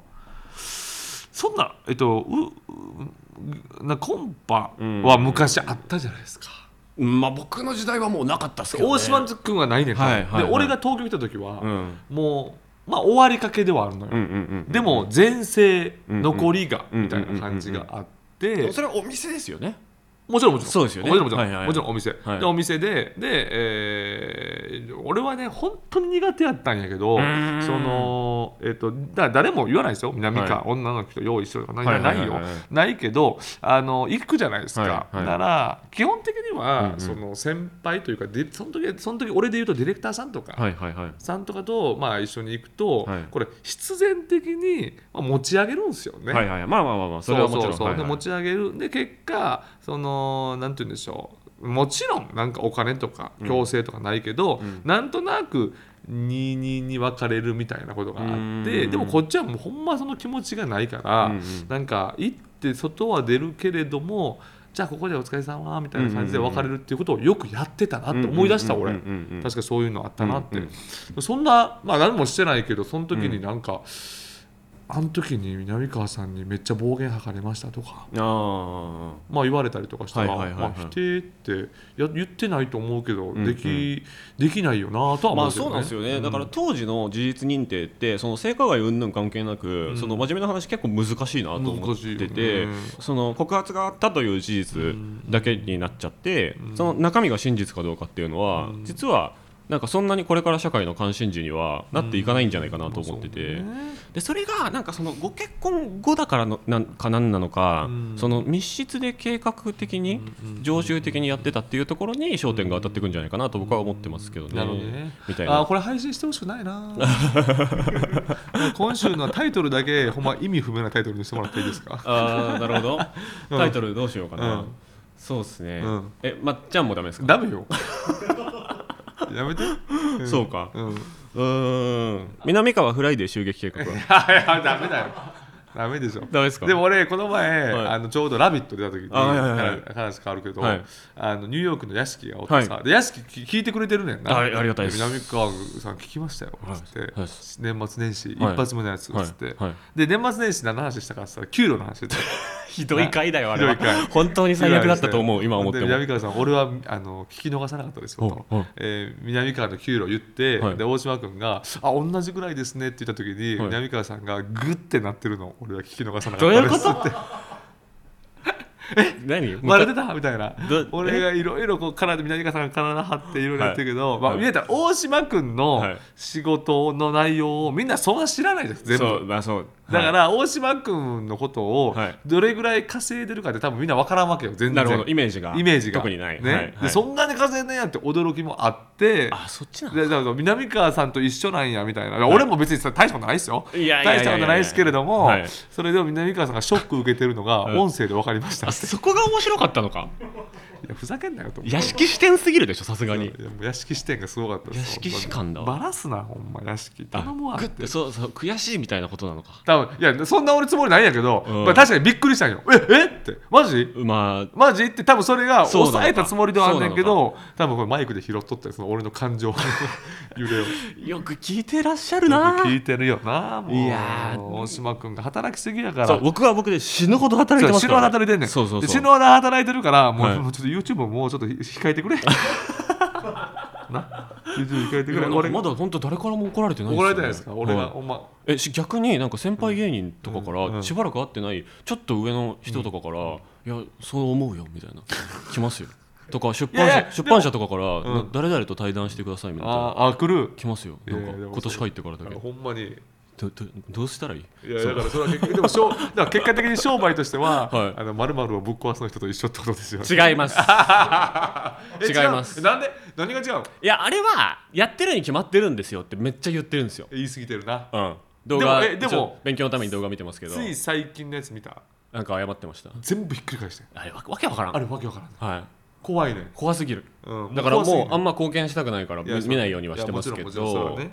[SPEAKER 2] そんなえっとううなコンパは昔あったじゃないですか、
[SPEAKER 1] まあ僕の時代はもうなかったっすけど、ね、
[SPEAKER 2] 大島君はないねんか、
[SPEAKER 1] はいはいはい
[SPEAKER 2] で俺が東京来た時は、
[SPEAKER 1] うん
[SPEAKER 2] もうまあ終わりかけではあるのよ、
[SPEAKER 1] うんうんうん
[SPEAKER 2] でも全盛
[SPEAKER 1] うん
[SPEAKER 2] 残りが
[SPEAKER 1] うん
[SPEAKER 2] みたいな感じがあって、
[SPEAKER 1] それはお店ですよね
[SPEAKER 2] もちろんもちろん
[SPEAKER 1] そうですよね
[SPEAKER 2] もちろんもちろん、
[SPEAKER 1] はいはい
[SPEAKER 2] もちろんお店、
[SPEAKER 1] はい
[SPEAKER 2] でお店でで、えー俺はね本当に苦手やったんやけど
[SPEAKER 1] ーん
[SPEAKER 2] そのえっ、とだ誰も言わないですよ南か、
[SPEAKER 1] は
[SPEAKER 2] 女の人用意しろとかない,、
[SPEAKER 1] はいはいはい
[SPEAKER 2] ないよ
[SPEAKER 1] はい
[SPEAKER 2] ないけどあの行くじゃないですか、
[SPEAKER 1] はいはい
[SPEAKER 2] なら基本的には、
[SPEAKER 1] うんうん
[SPEAKER 2] その先輩というかでその時その時俺で言うとディレクターさんとか、
[SPEAKER 1] はいはいはい
[SPEAKER 2] さんとかと、まあ、一緒に行くと、
[SPEAKER 1] はい
[SPEAKER 2] これ必然的にまあ持ち上げるんですよね。
[SPEAKER 1] はいはいまあまあまあまあそ
[SPEAKER 2] そ
[SPEAKER 1] れは
[SPEAKER 2] う
[SPEAKER 1] もち
[SPEAKER 2] そ
[SPEAKER 1] ろん
[SPEAKER 2] うそう、
[SPEAKER 1] はいはい
[SPEAKER 2] で持ち上げるで結果そのなんて言うんでしょうもちろんなんかお金とか強制とかないけど、なんとなく二二に分かれるみたいなことがあっ
[SPEAKER 1] う
[SPEAKER 2] て
[SPEAKER 1] ん
[SPEAKER 2] でもこっちはもうほんまその気持ちがないから、
[SPEAKER 1] うんうん
[SPEAKER 2] なんか行って外は出るけれどもじゃあここでお疲れ様みたいな感じで別れるっていうことをよくやってたなって思い出した俺
[SPEAKER 1] うんうんうんうんうん
[SPEAKER 2] 確かそういうのあったなって
[SPEAKER 1] うん
[SPEAKER 2] そんなまあ何もしてないけどその時になんかあの時に南川さんにめっちゃ暴言吐かれましたとか、
[SPEAKER 1] ああ
[SPEAKER 2] まあ、言われたりとかしたら、
[SPEAKER 1] はいはいはいはい
[SPEAKER 2] まあ、否定っていや言ってないと思うけど
[SPEAKER 1] ん
[SPEAKER 2] でき,、できないよなとは
[SPEAKER 1] ま
[SPEAKER 2] 思う
[SPEAKER 1] あ
[SPEAKER 2] けど
[SPEAKER 1] そう
[SPEAKER 2] ね
[SPEAKER 1] なんですよね、だから当時の事実認定ってその性加害云々関係なく、
[SPEAKER 2] うん
[SPEAKER 1] その真面目な話結構難しいなと思
[SPEAKER 2] 難
[SPEAKER 1] っ
[SPEAKER 2] しいよ
[SPEAKER 1] てて、
[SPEAKER 2] ね
[SPEAKER 1] その告発があったという事実だけになっちゃって、
[SPEAKER 2] うん
[SPEAKER 1] その中身が真実かどうかっていうのは、
[SPEAKER 2] うん
[SPEAKER 1] 実はなんかそんなにこれから社会の関心事にはなっていかないんじゃないかなと思ってて。
[SPEAKER 2] まあそうね
[SPEAKER 1] でそれがなんかそのご結婚後だからのなんかなんなのか、
[SPEAKER 2] うん
[SPEAKER 1] その密室で計画的に
[SPEAKER 2] うんうん
[SPEAKER 1] 常習的にやってたっていうところに焦点が当たってくんじゃないかなと僕は思ってますけどね。
[SPEAKER 2] なるほどね
[SPEAKER 1] みたい
[SPEAKER 2] あ
[SPEAKER 1] な
[SPEAKER 2] ーこれ配信してほしくないな 今週のタイトルだけほんま意味不明なタイトルにしてもらっていいですか
[SPEAKER 1] あーなるほど
[SPEAKER 2] うん
[SPEAKER 1] タイトルどうしようかな、
[SPEAKER 2] うん
[SPEAKER 1] そうですね、
[SPEAKER 2] うん
[SPEAKER 1] えまっちゃんもダメですか
[SPEAKER 2] ダメよやめて、ん
[SPEAKER 1] そうか
[SPEAKER 2] うん、
[SPEAKER 1] うーん南川フライデー襲撃計画は
[SPEAKER 2] あいやダメだよダメでしょ
[SPEAKER 1] ダメですか
[SPEAKER 2] でも俺この前、
[SPEAKER 1] はい
[SPEAKER 2] あのちょうど「ラビット!」出た時に、
[SPEAKER 1] あはいはいはい
[SPEAKER 2] 話変わるけど、
[SPEAKER 1] はい
[SPEAKER 2] あのニューヨークの屋敷がおってさ、
[SPEAKER 1] は
[SPEAKER 2] で屋敷き聞いてくれてるねんな
[SPEAKER 1] はいありがたいです
[SPEAKER 2] 南川さん聞きましたよ、
[SPEAKER 1] はい
[SPEAKER 2] つって、
[SPEAKER 1] はい
[SPEAKER 2] 年末年始、
[SPEAKER 1] はい
[SPEAKER 2] 一発目のやつ、
[SPEAKER 1] はい
[SPEAKER 2] つって、
[SPEAKER 1] はい
[SPEAKER 2] で年末年始何の話したかって言ったら給料の話してた
[SPEAKER 1] ひどい回だよあれ
[SPEAKER 2] ひどい回
[SPEAKER 1] は本当に最悪だったと思う今思って
[SPEAKER 2] で
[SPEAKER 1] も
[SPEAKER 2] 南川さん俺はあの聞き逃さなかったですよと
[SPEAKER 1] おお、
[SPEAKER 2] えー南川の給料言って、
[SPEAKER 1] はい
[SPEAKER 2] で大島君が「あ同じぐらいですね」って言った時に、
[SPEAKER 1] はい
[SPEAKER 2] 南川さんがグッてなってるの俺は聞き逃さなか
[SPEAKER 1] ど
[SPEAKER 2] っ
[SPEAKER 1] う
[SPEAKER 2] た
[SPEAKER 1] いう
[SPEAKER 2] で
[SPEAKER 1] こ
[SPEAKER 2] す
[SPEAKER 1] と
[SPEAKER 2] って
[SPEAKER 1] 何
[SPEAKER 2] バレてたみたいな
[SPEAKER 1] ど
[SPEAKER 2] 俺がいろいろこう体南川さんが体張っていろいろやってるけど、
[SPEAKER 1] い
[SPEAKER 2] まあ、
[SPEAKER 1] はい
[SPEAKER 2] 見えたら大島君の
[SPEAKER 1] はい
[SPEAKER 2] 仕事の内容をみんなそんな知らないじゃん全部
[SPEAKER 1] そうまあそう
[SPEAKER 2] だか
[SPEAKER 1] は
[SPEAKER 2] ら大島君のことを
[SPEAKER 1] はい
[SPEAKER 2] どれぐらい稼いでるかって多分みんな分からんわけよ
[SPEAKER 1] い
[SPEAKER 2] 全然
[SPEAKER 1] なるほどイメージが
[SPEAKER 2] イメージが
[SPEAKER 1] 特にない
[SPEAKER 2] ね
[SPEAKER 1] はいはい
[SPEAKER 2] でそんなに稼いでんやって驚きもあって
[SPEAKER 1] あそっちなんだ
[SPEAKER 2] でだから南川さんと一緒なんやみたいな、俺も別にさ大したことないですよ
[SPEAKER 1] いやいやいやいや
[SPEAKER 2] 大したことないですけれども、
[SPEAKER 1] はい
[SPEAKER 2] それでも南川さんがショック受けてるのが
[SPEAKER 1] うん
[SPEAKER 2] 音声で分かりました、
[SPEAKER 1] あ
[SPEAKER 2] い
[SPEAKER 1] そこが面白かったのか
[SPEAKER 2] やふざけんなよと思って
[SPEAKER 1] 屋敷視点すぎるでしょさすがに
[SPEAKER 2] いやもう屋敷視点がすごかったです
[SPEAKER 1] 屋敷視観だわ
[SPEAKER 2] バラすなほんま屋敷頼むわ
[SPEAKER 1] あグ
[SPEAKER 2] っ
[SPEAKER 1] ッ
[SPEAKER 2] て
[SPEAKER 1] てそうそう悔しいみたいなことなのか
[SPEAKER 2] 多分いやそんな俺つもりないんやけど、
[SPEAKER 1] うん
[SPEAKER 2] まあ、確かにびっくりしたんよええってマジ
[SPEAKER 1] まあ
[SPEAKER 2] マジって多分それが
[SPEAKER 1] そうなのか
[SPEAKER 2] 抑えたつもりではあんねんけど多分これマイクで拾っとったよその俺の 感情揺れを
[SPEAKER 1] よく聞いてらっしゃるな
[SPEAKER 2] 聞いてるよなもう
[SPEAKER 1] いやー
[SPEAKER 2] 大島君が働きすぎやから
[SPEAKER 1] そう僕は僕で死ぬほど働いてます
[SPEAKER 2] 死ぬ
[SPEAKER 1] か
[SPEAKER 2] ほど
[SPEAKER 1] ら、
[SPEAKER 2] 働いてんねん
[SPEAKER 1] そうそうそ
[SPEAKER 2] で
[SPEAKER 1] う
[SPEAKER 2] 死ぬほど働いてるからもう,、
[SPEAKER 1] はい
[SPEAKER 2] もうちょっと YouTube ももうちょっと控えて くれな YouTube 控えて
[SPEAKER 1] いや
[SPEAKER 2] くれ
[SPEAKER 1] なんか
[SPEAKER 2] 俺
[SPEAKER 1] まだ本当誰からも怒られてない
[SPEAKER 2] 怒られてないですか俺が、
[SPEAKER 1] はい
[SPEAKER 2] ほんま
[SPEAKER 1] えし逆になんか先輩芸人とかか
[SPEAKER 2] うんう
[SPEAKER 1] ら
[SPEAKER 2] ん
[SPEAKER 1] しばらく会ってないちょっと上の人とかから、いやそう思うよみたいな来ますよとか出版社
[SPEAKER 2] いやいや
[SPEAKER 1] 出版社とかから、
[SPEAKER 2] もうん
[SPEAKER 1] な誰々と対談してくださいみたいな
[SPEAKER 2] あーあ来る
[SPEAKER 1] 来ますよない
[SPEAKER 2] やいやで
[SPEAKER 1] ん
[SPEAKER 2] も
[SPEAKER 1] か今年入ってからだ
[SPEAKER 2] だ
[SPEAKER 1] け
[SPEAKER 2] から
[SPEAKER 1] ど
[SPEAKER 2] ほんまに
[SPEAKER 1] どどどうしたらいい
[SPEAKER 2] いやだからそれは結局でもしょうだから結果的に商売としては、
[SPEAKER 1] はい
[SPEAKER 2] あのまるをぶっ壊すの人と一緒ってことですよね
[SPEAKER 1] 違います
[SPEAKER 2] え
[SPEAKER 1] 違います
[SPEAKER 2] うなんで何が違うの
[SPEAKER 1] いやあれはやってるに決まってるんですよってめっちゃ言ってるんですよ、
[SPEAKER 2] 言い過ぎてるな
[SPEAKER 1] うん、動画
[SPEAKER 2] でもえでも
[SPEAKER 1] 一応勉強のために動画見てますけど
[SPEAKER 2] つい最近のやつ見た
[SPEAKER 1] なんか謝ってました
[SPEAKER 2] 全部ひっくり返して
[SPEAKER 1] あれわわけわからん
[SPEAKER 2] あれわけわからん
[SPEAKER 1] はい、
[SPEAKER 2] 怖いねん、
[SPEAKER 1] 怖すぎる
[SPEAKER 2] うん、
[SPEAKER 1] だから
[SPEAKER 2] 怖すぎ
[SPEAKER 1] も
[SPEAKER 2] る
[SPEAKER 1] うあんま貢献したくないから
[SPEAKER 2] いや
[SPEAKER 1] 見
[SPEAKER 2] そう
[SPEAKER 1] 見ないようにはしてますけ
[SPEAKER 2] いやもちろんもちろ
[SPEAKER 1] ど
[SPEAKER 2] んそうだね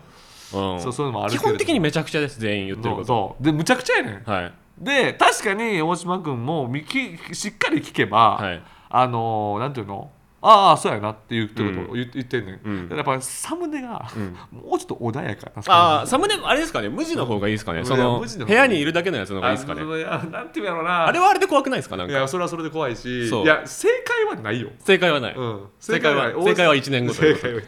[SPEAKER 1] うん
[SPEAKER 2] そうそういうのもあるけ
[SPEAKER 1] 基
[SPEAKER 2] れど
[SPEAKER 1] 本的にめちゃくちゃです全員言ってること
[SPEAKER 2] そうでむちゃくちゃやねん
[SPEAKER 1] はい
[SPEAKER 2] で確かに大島君もみきしっかり聞けば、
[SPEAKER 1] はい
[SPEAKER 2] あのーなんていうのああそうやなっていうってこと
[SPEAKER 1] う
[SPEAKER 2] を言,、言ってんねん、
[SPEAKER 1] うん
[SPEAKER 2] やっぱサムネが、もうちょっと穏やかな
[SPEAKER 1] ああサムネあれですかね無地の方がいいですかねそ
[SPEAKER 2] いや
[SPEAKER 1] の
[SPEAKER 2] 無地の方が
[SPEAKER 1] 部屋にいるだけのやつの方がいいですか
[SPEAKER 2] あ
[SPEAKER 1] ね
[SPEAKER 2] のいやなんていうんやろうな
[SPEAKER 1] あれはあれで怖くないですかなん
[SPEAKER 2] い
[SPEAKER 1] か
[SPEAKER 2] やそれはそれで怖いし
[SPEAKER 1] そう
[SPEAKER 2] いや正解はないよ、
[SPEAKER 1] 正解はない、
[SPEAKER 2] うん、
[SPEAKER 1] 正解は正解は1年後という
[SPEAKER 2] 正
[SPEAKER 1] こと
[SPEAKER 2] 解は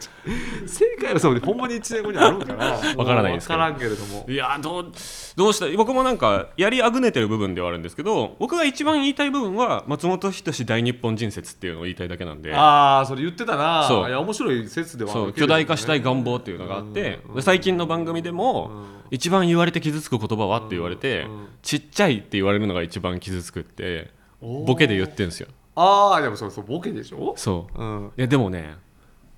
[SPEAKER 2] 正解はそうほんまに1年後にあるんかな
[SPEAKER 1] わからないですけど
[SPEAKER 2] けどからんけれども
[SPEAKER 1] いやーどうどうした僕もなんかやりあぐねてる部分ではあるんですけど僕が一番言いたい部分は松本人志大日本人説っていうのを言いたいだけなんで
[SPEAKER 2] ああそれ言ってたな
[SPEAKER 1] そう
[SPEAKER 2] いや面白い説ではある
[SPEAKER 1] そう
[SPEAKER 2] け
[SPEAKER 1] 巨
[SPEAKER 2] れども
[SPEAKER 1] 大化したい願望っていうのがあって最近の番組でも一番言われて傷つく言葉はって言われて
[SPEAKER 2] うん
[SPEAKER 1] ちっちゃいって言われるのが一番傷つくって
[SPEAKER 2] おー
[SPEAKER 1] ボケで言ってんですよ
[SPEAKER 2] ああでもそうそうボケでしょ
[SPEAKER 1] そう
[SPEAKER 2] うん
[SPEAKER 1] いやでもね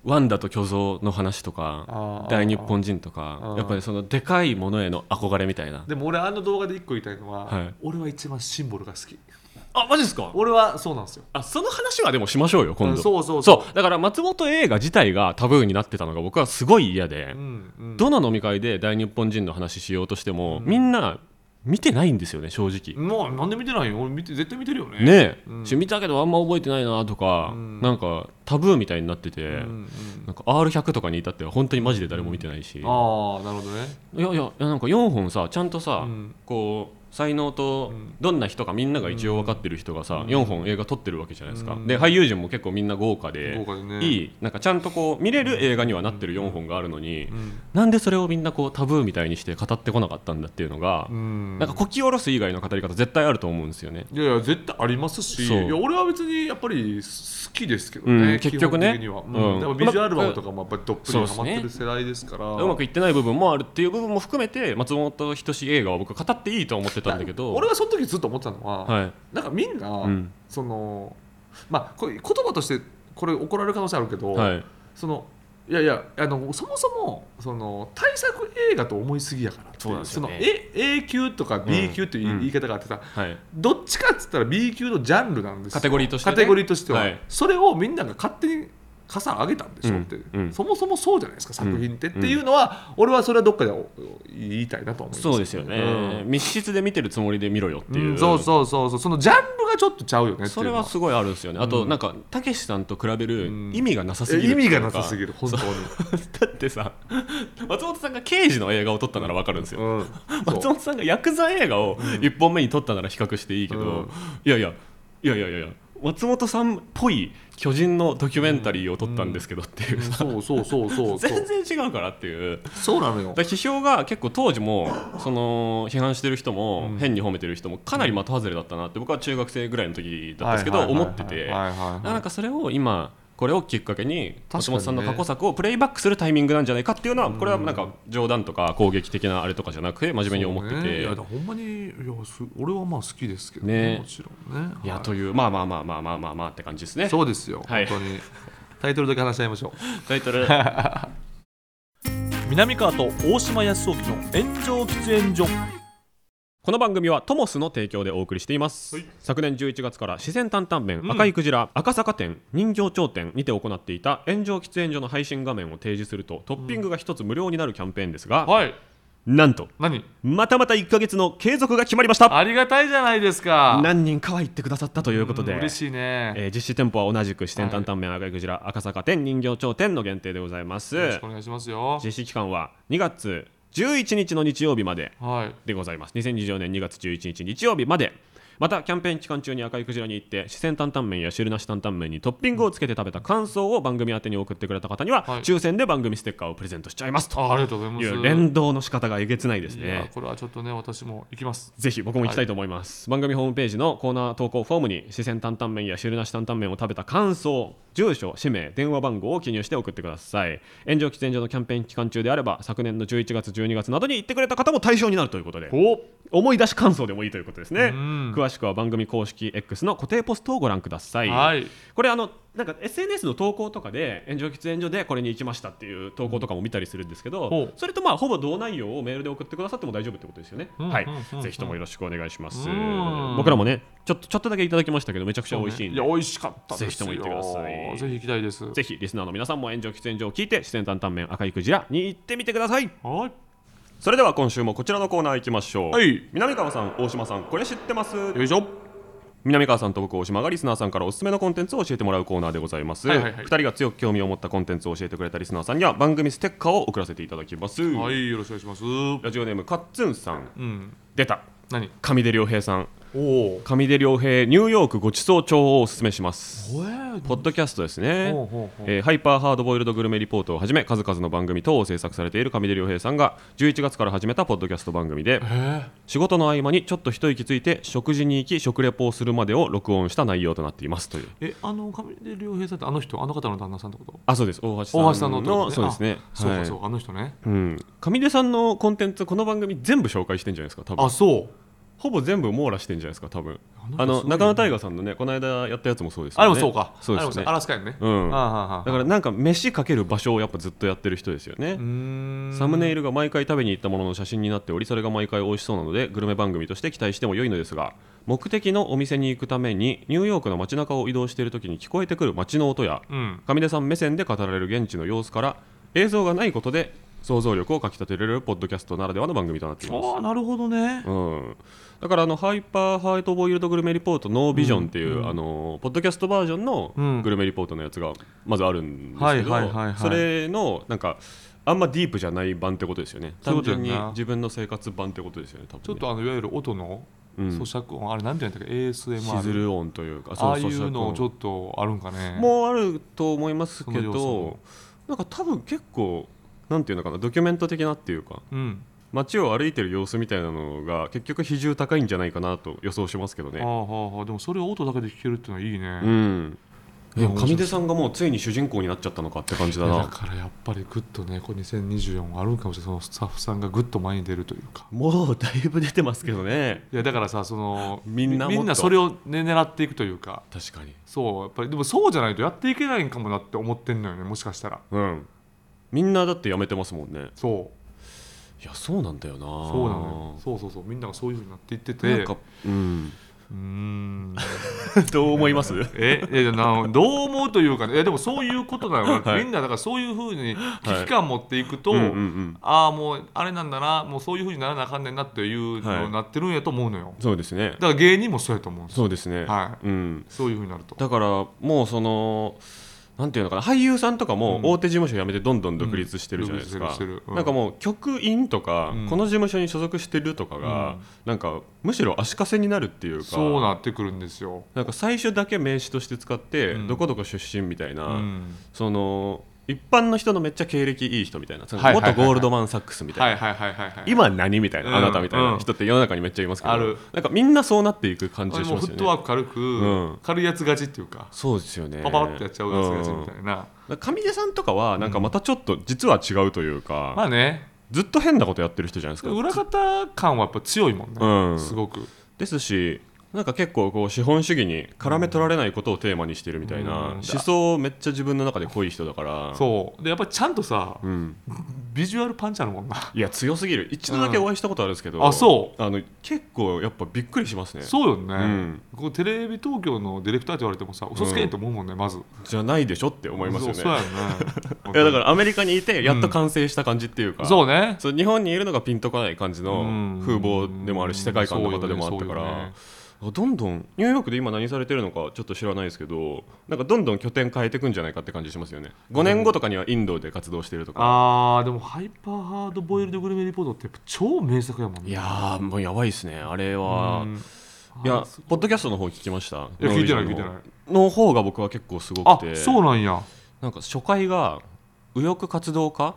[SPEAKER 1] ワンダと巨像の話とか
[SPEAKER 2] あー
[SPEAKER 1] 大日本人と
[SPEAKER 2] あ
[SPEAKER 1] か
[SPEAKER 2] ー
[SPEAKER 1] やっぱりそのでかいものへの憧れみたいな
[SPEAKER 2] でも俺あの動画で一個言いたいのは、
[SPEAKER 1] はい
[SPEAKER 2] 俺は一番シンボルが好き
[SPEAKER 1] あマジですか
[SPEAKER 2] 俺はそうなんですよ
[SPEAKER 1] あその話はでもしましょうよ今
[SPEAKER 2] うん
[SPEAKER 1] 度
[SPEAKER 2] そうそうそう
[SPEAKER 1] そうだから松本映画自体がタブーになってたのが僕はすごい嫌で
[SPEAKER 2] うんうん
[SPEAKER 1] どの飲み会で大日本人の話しようとしても、みんな見てないんですよね正直
[SPEAKER 2] もうなんで見てないよ俺見て絶対見てるよね
[SPEAKER 1] ねえ、
[SPEAKER 2] うん
[SPEAKER 1] ちょ見たけどあんま覚えてないなとか、
[SPEAKER 2] うん
[SPEAKER 1] なんかタブーみたいになってて、
[SPEAKER 2] うんうん
[SPEAKER 1] なんか R100 とかに至っては本当にマジで誰も見てないし、
[SPEAKER 2] ああなるほどね
[SPEAKER 1] いやいやいやなんか4本さちゃんとさ、
[SPEAKER 2] うん
[SPEAKER 1] こう才能と
[SPEAKER 2] うん
[SPEAKER 1] どんな人かみんなが一応分かってる人がさ、
[SPEAKER 2] うん
[SPEAKER 1] 4本映画撮ってるわけじゃないですか、
[SPEAKER 2] うん
[SPEAKER 1] で俳優陣も結構みんな豪華で
[SPEAKER 2] 豪華でね
[SPEAKER 1] いいなんかちゃんとこう見れる映画にはなってる4本があるのに、
[SPEAKER 2] うん
[SPEAKER 1] なんでそれをみんなこうタブーみたいにして語ってこなかったんだっていうのが、
[SPEAKER 2] うん
[SPEAKER 1] なんかこき下ろす以外の語り方絶対あると思うんですよね。
[SPEAKER 2] いやいや絶対ありますしい
[SPEAKER 1] そう
[SPEAKER 2] や俺は別にやっぱり好きですけど
[SPEAKER 1] うん
[SPEAKER 2] ね
[SPEAKER 1] 結局ね
[SPEAKER 2] 基本的には
[SPEAKER 1] う
[SPEAKER 2] う
[SPEAKER 1] ん
[SPEAKER 2] んでもビジュアルバムとかもやっぱりどっぷり
[SPEAKER 1] そう
[SPEAKER 2] ハ
[SPEAKER 1] です
[SPEAKER 2] マ
[SPEAKER 1] ね
[SPEAKER 2] ってる世代ですから
[SPEAKER 1] うまくいってない部分もあるっていう部分も含めて松本人志映画を僕は語っていいと思ってたんだけど
[SPEAKER 2] 俺はその時ずっと思ってたのは
[SPEAKER 1] はい
[SPEAKER 2] なんかみん
[SPEAKER 1] う
[SPEAKER 2] なんそのまあこれ言葉としてこれ怒られる可能性あるけど
[SPEAKER 1] はい
[SPEAKER 2] そのいやいやあのそもそもその対策映画と思いすぎやからってい
[SPEAKER 1] そうなんですよね
[SPEAKER 2] その A, A 級とか B 級っていう
[SPEAKER 1] うん
[SPEAKER 2] 言い方があってさ、
[SPEAKER 1] はい
[SPEAKER 2] どっちかっつったら B 級のジャンルなんですよ
[SPEAKER 1] カテゴリーとしてね
[SPEAKER 2] カテゴリーとしては、
[SPEAKER 1] はい
[SPEAKER 2] それをみんなが勝手に傘上げたんでしょって、
[SPEAKER 1] うんうん
[SPEAKER 2] そもそもそうじゃないですか作品って、
[SPEAKER 1] うん
[SPEAKER 2] っていうのは俺はそれはどっかでお言いたいなと思います
[SPEAKER 1] そうですよね、密室で見てるつもりで見ろよっ
[SPEAKER 2] う
[SPEAKER 1] て
[SPEAKER 2] ん
[SPEAKER 1] いう、
[SPEAKER 2] うんそうそうそうそうそのジャンルがちょっとちゃうよねって
[SPEAKER 1] そ
[SPEAKER 2] いう
[SPEAKER 1] れ
[SPEAKER 2] のは
[SPEAKER 1] はすごいあるんですよねあとなんかたけしさんと比べる
[SPEAKER 2] うん
[SPEAKER 1] 意味がなさす
[SPEAKER 2] え
[SPEAKER 1] ぎる
[SPEAKER 2] 意味がなさすぎ
[SPEAKER 1] る
[SPEAKER 2] る本当に
[SPEAKER 1] だってさ松本さんが刑事の映画を撮ったならわかるんですよ、
[SPEAKER 2] うんそう
[SPEAKER 1] 松本さんがヤクザ映画を1本目に撮ったなら比較していいけど、
[SPEAKER 2] うん
[SPEAKER 1] いやいやいやいやいやいや松本さんっぽい巨人のドキュメンタリーを撮ったんですけどっていうさ、
[SPEAKER 2] そうそうそうそうそう
[SPEAKER 1] 全然違うからっていう
[SPEAKER 2] そうなのよ
[SPEAKER 1] だから批評が結構当時もその批判してる人も
[SPEAKER 2] うん
[SPEAKER 1] 変に褒めてる人もかなり的外れだったなって僕は中学生ぐらいの時だったんですけど
[SPEAKER 2] はいはいはい
[SPEAKER 1] 思
[SPEAKER 2] はい
[SPEAKER 1] ってて
[SPEAKER 2] はいはいはい
[SPEAKER 1] なんかそれを今これをきっかけに
[SPEAKER 2] 確かに
[SPEAKER 1] 橋本
[SPEAKER 2] ね
[SPEAKER 1] さんの過去作をプレイバックするタイミングなんじゃないかっていうのはこれはなんか冗談とか攻撃的なあれとかじゃなくて真面目に思って
[SPEAKER 2] そうねい
[SPEAKER 1] て
[SPEAKER 2] やだからほんまにいやす俺はまあ好きですけど
[SPEAKER 1] ね
[SPEAKER 2] ねもちろんね
[SPEAKER 1] いや
[SPEAKER 2] はい
[SPEAKER 1] というまあまあまあまあまあまあまあって感じですね
[SPEAKER 2] そうですよ、
[SPEAKER 1] はい
[SPEAKER 2] 本当にタイトルだけ話し合いましょう
[SPEAKER 1] タイトル
[SPEAKER 3] 南川と大島康雄の炎上喫煙所
[SPEAKER 1] この番組はトモスの提供でお送りしています、
[SPEAKER 2] はい
[SPEAKER 1] 昨年11月から四川担々麺、
[SPEAKER 2] うん
[SPEAKER 1] 赤いクジラ赤坂店人形町店にて行っていた炎上喫煙所の配信画面を提示するとトッピングが一つ無料になるキャンペーンですが、
[SPEAKER 2] はい
[SPEAKER 1] なんと
[SPEAKER 2] 何
[SPEAKER 1] またまた1ヶ月の継続が決まりました
[SPEAKER 2] ありがたいじゃないですか
[SPEAKER 1] 何人かは言ってくださったということで、
[SPEAKER 2] うん嬉しいね、
[SPEAKER 1] えー実施店舗は同じく四川担々麺、赤いクジラ赤坂店人形町店の限定でございます
[SPEAKER 2] よろしくお願いしますよ
[SPEAKER 1] 実施期間は2月11日の日曜日まで
[SPEAKER 2] はい
[SPEAKER 1] でございます2024年2月11日日曜日までまたキャンペーン期間中に赤いクジラに行って四川担々麺や汁なし担々麺にトッピングをつけて食べた感想を番組宛てに送ってくれた方には、
[SPEAKER 2] はい
[SPEAKER 1] 抽選で番組ステッカーをプレゼントしちゃいますと
[SPEAKER 2] あありがとうございま
[SPEAKER 1] い
[SPEAKER 2] す
[SPEAKER 1] う連動の仕方がえげつないです
[SPEAKER 2] いや
[SPEAKER 1] ね
[SPEAKER 2] これはちょっとね私も行きます
[SPEAKER 1] ぜひ僕も行きたいと思います、番組ホームページのコーナー投稿フォームに四川担々麺や汁なし担々麺を食べた感想住所氏名電話番号を記入して送ってください炎上喫煙所のキャンペーン期間中であれば昨年の11月12月などに行ってくれた方も対象になるということで
[SPEAKER 2] お
[SPEAKER 1] 思い出し感想でもいいということですね
[SPEAKER 2] うん
[SPEAKER 1] 詳しくは番組公式 X の固定ポストをご覧ください、
[SPEAKER 2] はい
[SPEAKER 1] これあのなんか SNS の投稿とかで炎上喫煙所でこれに行きましたっていう投稿とかも見たりするんですけ
[SPEAKER 2] ほ
[SPEAKER 1] ど
[SPEAKER 2] う
[SPEAKER 1] それとまあほぼ同内容をメールで送ってくださっても大丈夫ってことですよね、
[SPEAKER 2] うん
[SPEAKER 1] はい
[SPEAKER 2] うんうんうん
[SPEAKER 1] ぜひともよろしくお願いします
[SPEAKER 2] うん
[SPEAKER 1] 僕らもねちょっとちょっとだけいただきましたけどめちゃくちゃ美味しいんで
[SPEAKER 2] や美味しかったです
[SPEAKER 1] ぜ
[SPEAKER 2] よ
[SPEAKER 1] ひとも行ってください
[SPEAKER 2] ぜひ行きたいです
[SPEAKER 1] ぜひリスナーの皆さんも炎上喫煙所を聞いて四川担々麺赤いクジラに行ってみてください
[SPEAKER 2] はい
[SPEAKER 1] それでは今週もこちらのコーナー行きましょう、
[SPEAKER 2] はい
[SPEAKER 1] 南川さん大島さんこれ知ってます
[SPEAKER 2] よいしょ
[SPEAKER 1] 南川さんと僕大島がリスナーさんからおすすめのコンテンツを教えてもらうコーナーでございます、
[SPEAKER 2] は
[SPEAKER 1] 二
[SPEAKER 2] いはいはい
[SPEAKER 1] 2人が強く興味を持ったコンテンツを教えてくれたリスナーさんには番組ステッカーを送らせていただきます、
[SPEAKER 2] はいよろしくお願いしますう
[SPEAKER 1] ラジオネームカッツンさん
[SPEAKER 2] ん
[SPEAKER 1] 出た
[SPEAKER 2] 何
[SPEAKER 1] 上出良平さん
[SPEAKER 2] おお
[SPEAKER 1] 上出良平ニューヨークごちそう帳をおすすめします
[SPEAKER 2] ほえ
[SPEAKER 1] ポッドキャストですね
[SPEAKER 2] ほうほうほう
[SPEAKER 1] えーハイパーハードボイルドグルメリポートをはじめ数々の番組等を制作されている上出良平さんが11月から始めたポッドキャスト番組で
[SPEAKER 2] え
[SPEAKER 1] 仕事の合間にちょっと一息ついて食事に行き食レポをするまでを録音した内容となっていますという
[SPEAKER 2] えあの上出良平さんってあの人あの方の旦那さんってこと
[SPEAKER 1] あそうです大橋さん
[SPEAKER 2] 大橋さんのってこと
[SPEAKER 1] そうですね
[SPEAKER 2] あそうかそう
[SPEAKER 1] は
[SPEAKER 2] かあの人ね
[SPEAKER 1] いうん、上出さんのコンテンツこの番組全部紹介してんじゃないですか多分
[SPEAKER 2] あそう
[SPEAKER 1] ほぼ全部網羅してんじゃないですか多分あ
[SPEAKER 2] あの人
[SPEAKER 1] の
[SPEAKER 2] すごいね
[SPEAKER 1] 中野大河さんのねこの間やったやつもそうですよ
[SPEAKER 2] あ
[SPEAKER 1] ね
[SPEAKER 2] れもそうか
[SPEAKER 1] そうで
[SPEAKER 2] あれも
[SPEAKER 1] すね
[SPEAKER 2] アラスカやんね
[SPEAKER 1] うん
[SPEAKER 2] ああああ
[SPEAKER 1] だからなんか飯かける場所をやっぱずっとやってる人ですよね
[SPEAKER 2] うーん
[SPEAKER 1] サムネイルが毎回食べに行ったものの写真になっておりそれが毎回美味しそうなのでグルメ番組として期待しても良いのですが目的のお店に行くためにニューヨークの街中を移動している時に聞こえてくる街の音や
[SPEAKER 2] うん
[SPEAKER 1] 上出さん目線で語られる現地の様子から映像がないことで想像力をかきたてられるポッドキャストならではの番組となっています
[SPEAKER 2] ああなるほどね
[SPEAKER 1] うん、だからあのハイパーハイトボイルドグルメリポートノービジョンっていう、あのポッドキャストバージョンの
[SPEAKER 4] うん
[SPEAKER 1] グルメリポートのやつがまずあるんですけど、
[SPEAKER 4] はいはいはいはい
[SPEAKER 1] それのなんかあんまディープじゃない版ってことですよね
[SPEAKER 4] そういう
[SPEAKER 1] 単
[SPEAKER 4] こ
[SPEAKER 1] 純
[SPEAKER 4] とやんな
[SPEAKER 1] に自分の生活版ってことですよね多分ね
[SPEAKER 4] ちょっとあのいわゆる音の
[SPEAKER 1] うん
[SPEAKER 4] 咀嚼音、あれなんて言うんだっけ ASMR
[SPEAKER 1] しずる音というか
[SPEAKER 4] ああいうのちょ
[SPEAKER 1] っ
[SPEAKER 4] っとあるんかね
[SPEAKER 1] もうあると思いますけ
[SPEAKER 4] その要素
[SPEAKER 1] ど
[SPEAKER 4] も
[SPEAKER 1] なんか多分結構なんていうのかなドキュメント的なっていうか
[SPEAKER 4] う、うん
[SPEAKER 1] 街を歩いてる様子みたいなのが結局比重高いんじゃないかなと予想しますけどね
[SPEAKER 4] ああはあはあでもそれを音だけで聞けるっていうのはいいね、
[SPEAKER 1] うん、
[SPEAKER 4] いや面白い
[SPEAKER 1] 上出さんがもうついに主人公になっちゃったのかって感じだ
[SPEAKER 4] いやだ
[SPEAKER 1] な
[SPEAKER 4] からやっぱりグッとねこう2024あるんかもしれないそのスタッフさんがグッと前に出るというか
[SPEAKER 1] もうだいぶ出てますけどね
[SPEAKER 4] いやだからさその
[SPEAKER 1] みんなもっと
[SPEAKER 4] みんなそれを、ね、狙っていくというか
[SPEAKER 1] 確かに
[SPEAKER 4] そうやっぱりでもそうじゃないとやっていけないんかもなって思ってんのよねもしかしたら
[SPEAKER 1] うんみんなだってやめてますもんね
[SPEAKER 4] そう
[SPEAKER 1] いやそうなんだよな
[SPEAKER 4] そうなのよそうそうそうみんながそういうふうになっていってて
[SPEAKER 1] なんかうん
[SPEAKER 4] うーん
[SPEAKER 1] どう思います
[SPEAKER 4] ええなどう思うというかねえでもそういうことだ よ、
[SPEAKER 1] はい
[SPEAKER 4] みんなだからそういうふうに危機感持っていくと、
[SPEAKER 1] うんうんうん
[SPEAKER 4] ああもうあれなんだなもうそういうふうにならなあかんねんなっていうの
[SPEAKER 1] は
[SPEAKER 4] に
[SPEAKER 1] い
[SPEAKER 4] なってるんやと思うのよ、
[SPEAKER 1] そうですね
[SPEAKER 4] だから芸人もそうやと思うんですよ
[SPEAKER 1] そうですね
[SPEAKER 4] は
[SPEAKER 1] うん
[SPEAKER 4] そういうふうになると
[SPEAKER 1] だからもうそのなんていうのかな俳優さんとかも
[SPEAKER 4] うん
[SPEAKER 1] 大手事務所辞めてどんどん独立してるじゃないです
[SPEAKER 4] うん独
[SPEAKER 1] か
[SPEAKER 4] 立してるしてるうん
[SPEAKER 1] なんかもう局員とか
[SPEAKER 4] うん
[SPEAKER 1] この事務所に所属してるとか
[SPEAKER 4] う
[SPEAKER 1] が
[SPEAKER 4] ん
[SPEAKER 1] なんかむしろ足かせになるっていうか
[SPEAKER 4] そうなってくるんですよ、
[SPEAKER 1] なんか最初だけ名刺として使って、
[SPEAKER 4] うん
[SPEAKER 1] どこどこ出身みたいうな、
[SPEAKER 4] ん、
[SPEAKER 1] その一般の人のめっちゃ経歴いい人みたいな、その
[SPEAKER 4] はいはいはいはい
[SPEAKER 1] 元ゴールドマン・サックスみたいな、
[SPEAKER 4] はいはいはいはいはい
[SPEAKER 1] 今何みたいな、
[SPEAKER 4] うん
[SPEAKER 1] あなたみたいな
[SPEAKER 4] うん
[SPEAKER 1] 人って世の中にめっちゃいますけど、
[SPEAKER 4] ある
[SPEAKER 1] なんかみんなそうなっていく感じ
[SPEAKER 4] あ
[SPEAKER 1] が
[SPEAKER 4] れ
[SPEAKER 1] し
[SPEAKER 4] もう
[SPEAKER 1] ま
[SPEAKER 4] フ
[SPEAKER 1] すよ
[SPEAKER 4] ットワ
[SPEAKER 1] ね。
[SPEAKER 4] ーク軽く、
[SPEAKER 1] うん
[SPEAKER 4] 軽いやつ勝ちっていうか
[SPEAKER 1] そうですよね
[SPEAKER 4] パパってやっちゃうやつ勝ちみ
[SPEAKER 1] う
[SPEAKER 4] た
[SPEAKER 1] ん
[SPEAKER 4] いな、
[SPEAKER 1] なんか上出さんとかはなんかまたちょっと実は違うというか、
[SPEAKER 4] まあね
[SPEAKER 1] ずっと変なことやってる人じゃないですか、
[SPEAKER 4] 裏方感はやっぱ強いもんね、
[SPEAKER 1] うん
[SPEAKER 4] すごく
[SPEAKER 1] ですしなんか結構こう資本主義に絡め取られないことをテーマにしてるみたいな、
[SPEAKER 4] うん
[SPEAKER 1] 思想めっちゃ自分の中で濃い人だから
[SPEAKER 4] そうでやっぱりちゃんとさ
[SPEAKER 1] うん、
[SPEAKER 4] ビジュアルパンチあるもんな
[SPEAKER 1] いや強すぎる一度だけお会いしたことあるんですけど、
[SPEAKER 4] あそう
[SPEAKER 1] あの結構やっぱびっくりしますね
[SPEAKER 4] そうよね、
[SPEAKER 1] ん
[SPEAKER 4] こうテレビ東京のディレクターって言われてもさ嘘つけんと思うもんね、まず
[SPEAKER 1] じゃないでしょって思いますよね
[SPEAKER 4] そうそう やね
[SPEAKER 1] いやだからアメリカにいてやっと完成した感じっていうか、
[SPEAKER 4] そうね
[SPEAKER 1] そう日本にいるのがピンとこない感じの風貌でもあるし
[SPEAKER 4] うん
[SPEAKER 1] 世界観の方でもあったから、
[SPEAKER 4] そうよね
[SPEAKER 1] どんどんニューヨークで今何されてるのかちょっと知らないですけどなんかどんどん拠点変えていくんじゃないかって感じしますよね5年後とかにはインドで活動してるとか、
[SPEAKER 4] あーでもハイパーハードボイルドグルメリポートってやっぱ超名作やもんね
[SPEAKER 1] いやーもうやばいですねあれは、
[SPEAKER 4] うん
[SPEAKER 1] いや
[SPEAKER 4] あす
[SPEAKER 1] ポッドキャストの方聞きました
[SPEAKER 4] いや聞いてない
[SPEAKER 1] ノービ
[SPEAKER 4] 聞い
[SPEAKER 1] ジョ
[SPEAKER 4] て
[SPEAKER 1] ンの
[SPEAKER 4] ない
[SPEAKER 1] の方が僕は結構すご
[SPEAKER 4] あ
[SPEAKER 1] くて
[SPEAKER 4] そうなんや
[SPEAKER 1] なんか初回が右翼活動家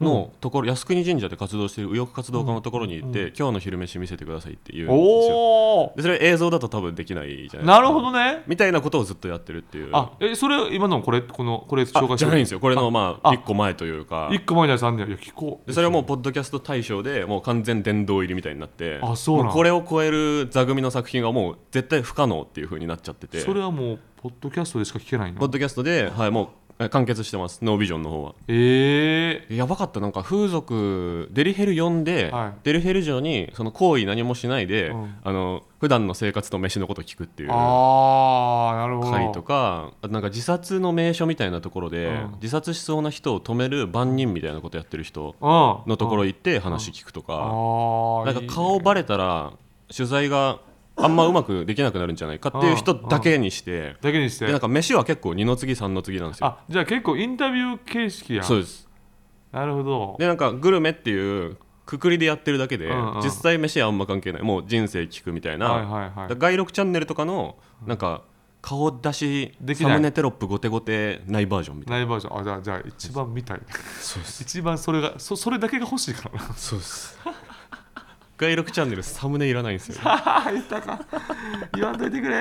[SPEAKER 1] のところ、靖国神社で活動している右翼活動家のところに行って、今日の昼飯見せてくださいって言うんですよ
[SPEAKER 4] おお
[SPEAKER 1] でそれ映像だと多分できないじゃないですか
[SPEAKER 4] なるほどね
[SPEAKER 1] みたいなことをずっとやってるっていう
[SPEAKER 4] あえそれ今のこれこのこれ紹
[SPEAKER 1] あ
[SPEAKER 4] 介
[SPEAKER 1] じゃないんです
[SPEAKER 4] よ
[SPEAKER 1] よこれのま
[SPEAKER 4] あ
[SPEAKER 1] あ1個前というか
[SPEAKER 4] 一個前にやつあんねやいや聞こう
[SPEAKER 1] でそれはもうポッドキャスト大賞でもう完全殿堂入りみたいになって
[SPEAKER 4] あそうなん
[SPEAKER 1] もこれを超える座組の作品はもう絶対不可能っていう風になっちゃってて
[SPEAKER 4] それはもうポッドキャストでしか聞けない
[SPEAKER 1] ポッ
[SPEAKER 4] の
[SPEAKER 1] ドキャストで、はい、もうえ完結してますノービジョンの方は
[SPEAKER 4] ええ
[SPEAKER 1] やばかったなんか風俗デリヘル呼んで、
[SPEAKER 4] はい
[SPEAKER 1] デリヘル城にその行為何もしないで、
[SPEAKER 4] うん
[SPEAKER 1] あの普段の生活と飯のこと聞くっていう
[SPEAKER 4] ああなるほど
[SPEAKER 1] 会とかあとなんか自殺の名所みたいなところで、
[SPEAKER 4] うん
[SPEAKER 1] 自殺しそうな人を止める番人みたいなことやってる人
[SPEAKER 4] うん
[SPEAKER 1] のとこ
[SPEAKER 4] うん
[SPEAKER 1] ろ行って話聞くとか、
[SPEAKER 4] あ
[SPEAKER 1] なんか顔バ
[SPEAKER 4] レ
[SPEAKER 1] レたら取材があんまうまくできなくなるんじゃないかっていう人だけにして、
[SPEAKER 4] だけにして
[SPEAKER 1] でなんか飯は結構二の次三の次なんですよ。
[SPEAKER 4] あじゃあ結構インタビュー形式や
[SPEAKER 1] そうです
[SPEAKER 4] なるほど
[SPEAKER 1] でなんかグルメっていうくくりでやってるだけで、
[SPEAKER 4] うんうん
[SPEAKER 1] 実際飯はあんま関係ないもう人生聞くみたいな、
[SPEAKER 4] はいはいは
[SPEAKER 1] だか
[SPEAKER 4] い
[SPEAKER 1] ら外録チャンネルとかのなんか顔出し
[SPEAKER 4] でき
[SPEAKER 1] サ
[SPEAKER 4] ない
[SPEAKER 1] ムネテロップ後手後手ないバージョンみたいな
[SPEAKER 4] ないバージョンあじゃあじゃあ一番見たい
[SPEAKER 1] そうです
[SPEAKER 4] 一番それがそそれだけが欲しいからな
[SPEAKER 1] そうです外録チャンネルサムネいらないんですよ
[SPEAKER 4] あ あ言ったか言わんといてくれ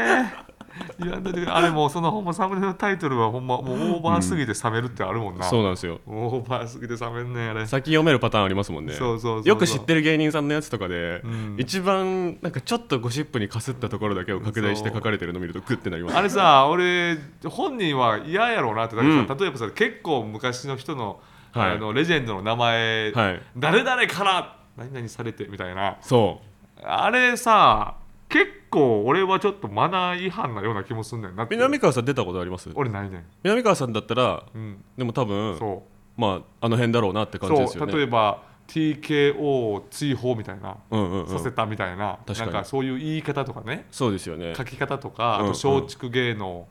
[SPEAKER 4] 言わんといてくれあれもうそのほんまサムネのタイトルはほんまもうオーバーすぎて冷めるってあるもんな、
[SPEAKER 1] そうなんですよ
[SPEAKER 4] オーバーすぎて冷めんねんあれ
[SPEAKER 1] 先読めるパターンありますもんね
[SPEAKER 4] そうそうそうそう
[SPEAKER 1] よく知ってる芸人さんのやつとかで、
[SPEAKER 4] ん
[SPEAKER 1] 一番なんかちょっとゴシップにかすったところだけを拡大して書かれてるの見るとグッてなります
[SPEAKER 4] あれさ俺本人は嫌やろうなってだけどさ、
[SPEAKER 1] う
[SPEAKER 4] 例えばさ結構昔の人の,、
[SPEAKER 1] はい
[SPEAKER 4] あのレジェンドの名前、
[SPEAKER 1] はい
[SPEAKER 4] 誰々から何々されてみたいな
[SPEAKER 1] そ
[SPEAKER 4] あれさ結構俺はちょっとマナー違反なような気もすんねんなっ
[SPEAKER 1] う
[SPEAKER 4] て
[SPEAKER 1] 南川さん出たことあります
[SPEAKER 4] 俺ないねん、
[SPEAKER 1] 南川さんだったら
[SPEAKER 4] うん、
[SPEAKER 1] でも多分
[SPEAKER 4] そ
[SPEAKER 1] まああの辺だろうなって感じです
[SPEAKER 4] そ
[SPEAKER 1] よ
[SPEAKER 4] う
[SPEAKER 1] ね
[SPEAKER 4] 例えば TKO 追放みたいな、
[SPEAKER 1] うんうんうん、
[SPEAKER 4] させたみたいな
[SPEAKER 1] 確か
[SPEAKER 4] な
[SPEAKER 1] に
[SPEAKER 4] んかそういう言い方とかね
[SPEAKER 1] そうですよね
[SPEAKER 4] 書き方とかあ
[SPEAKER 1] うん
[SPEAKER 4] と松竹芸能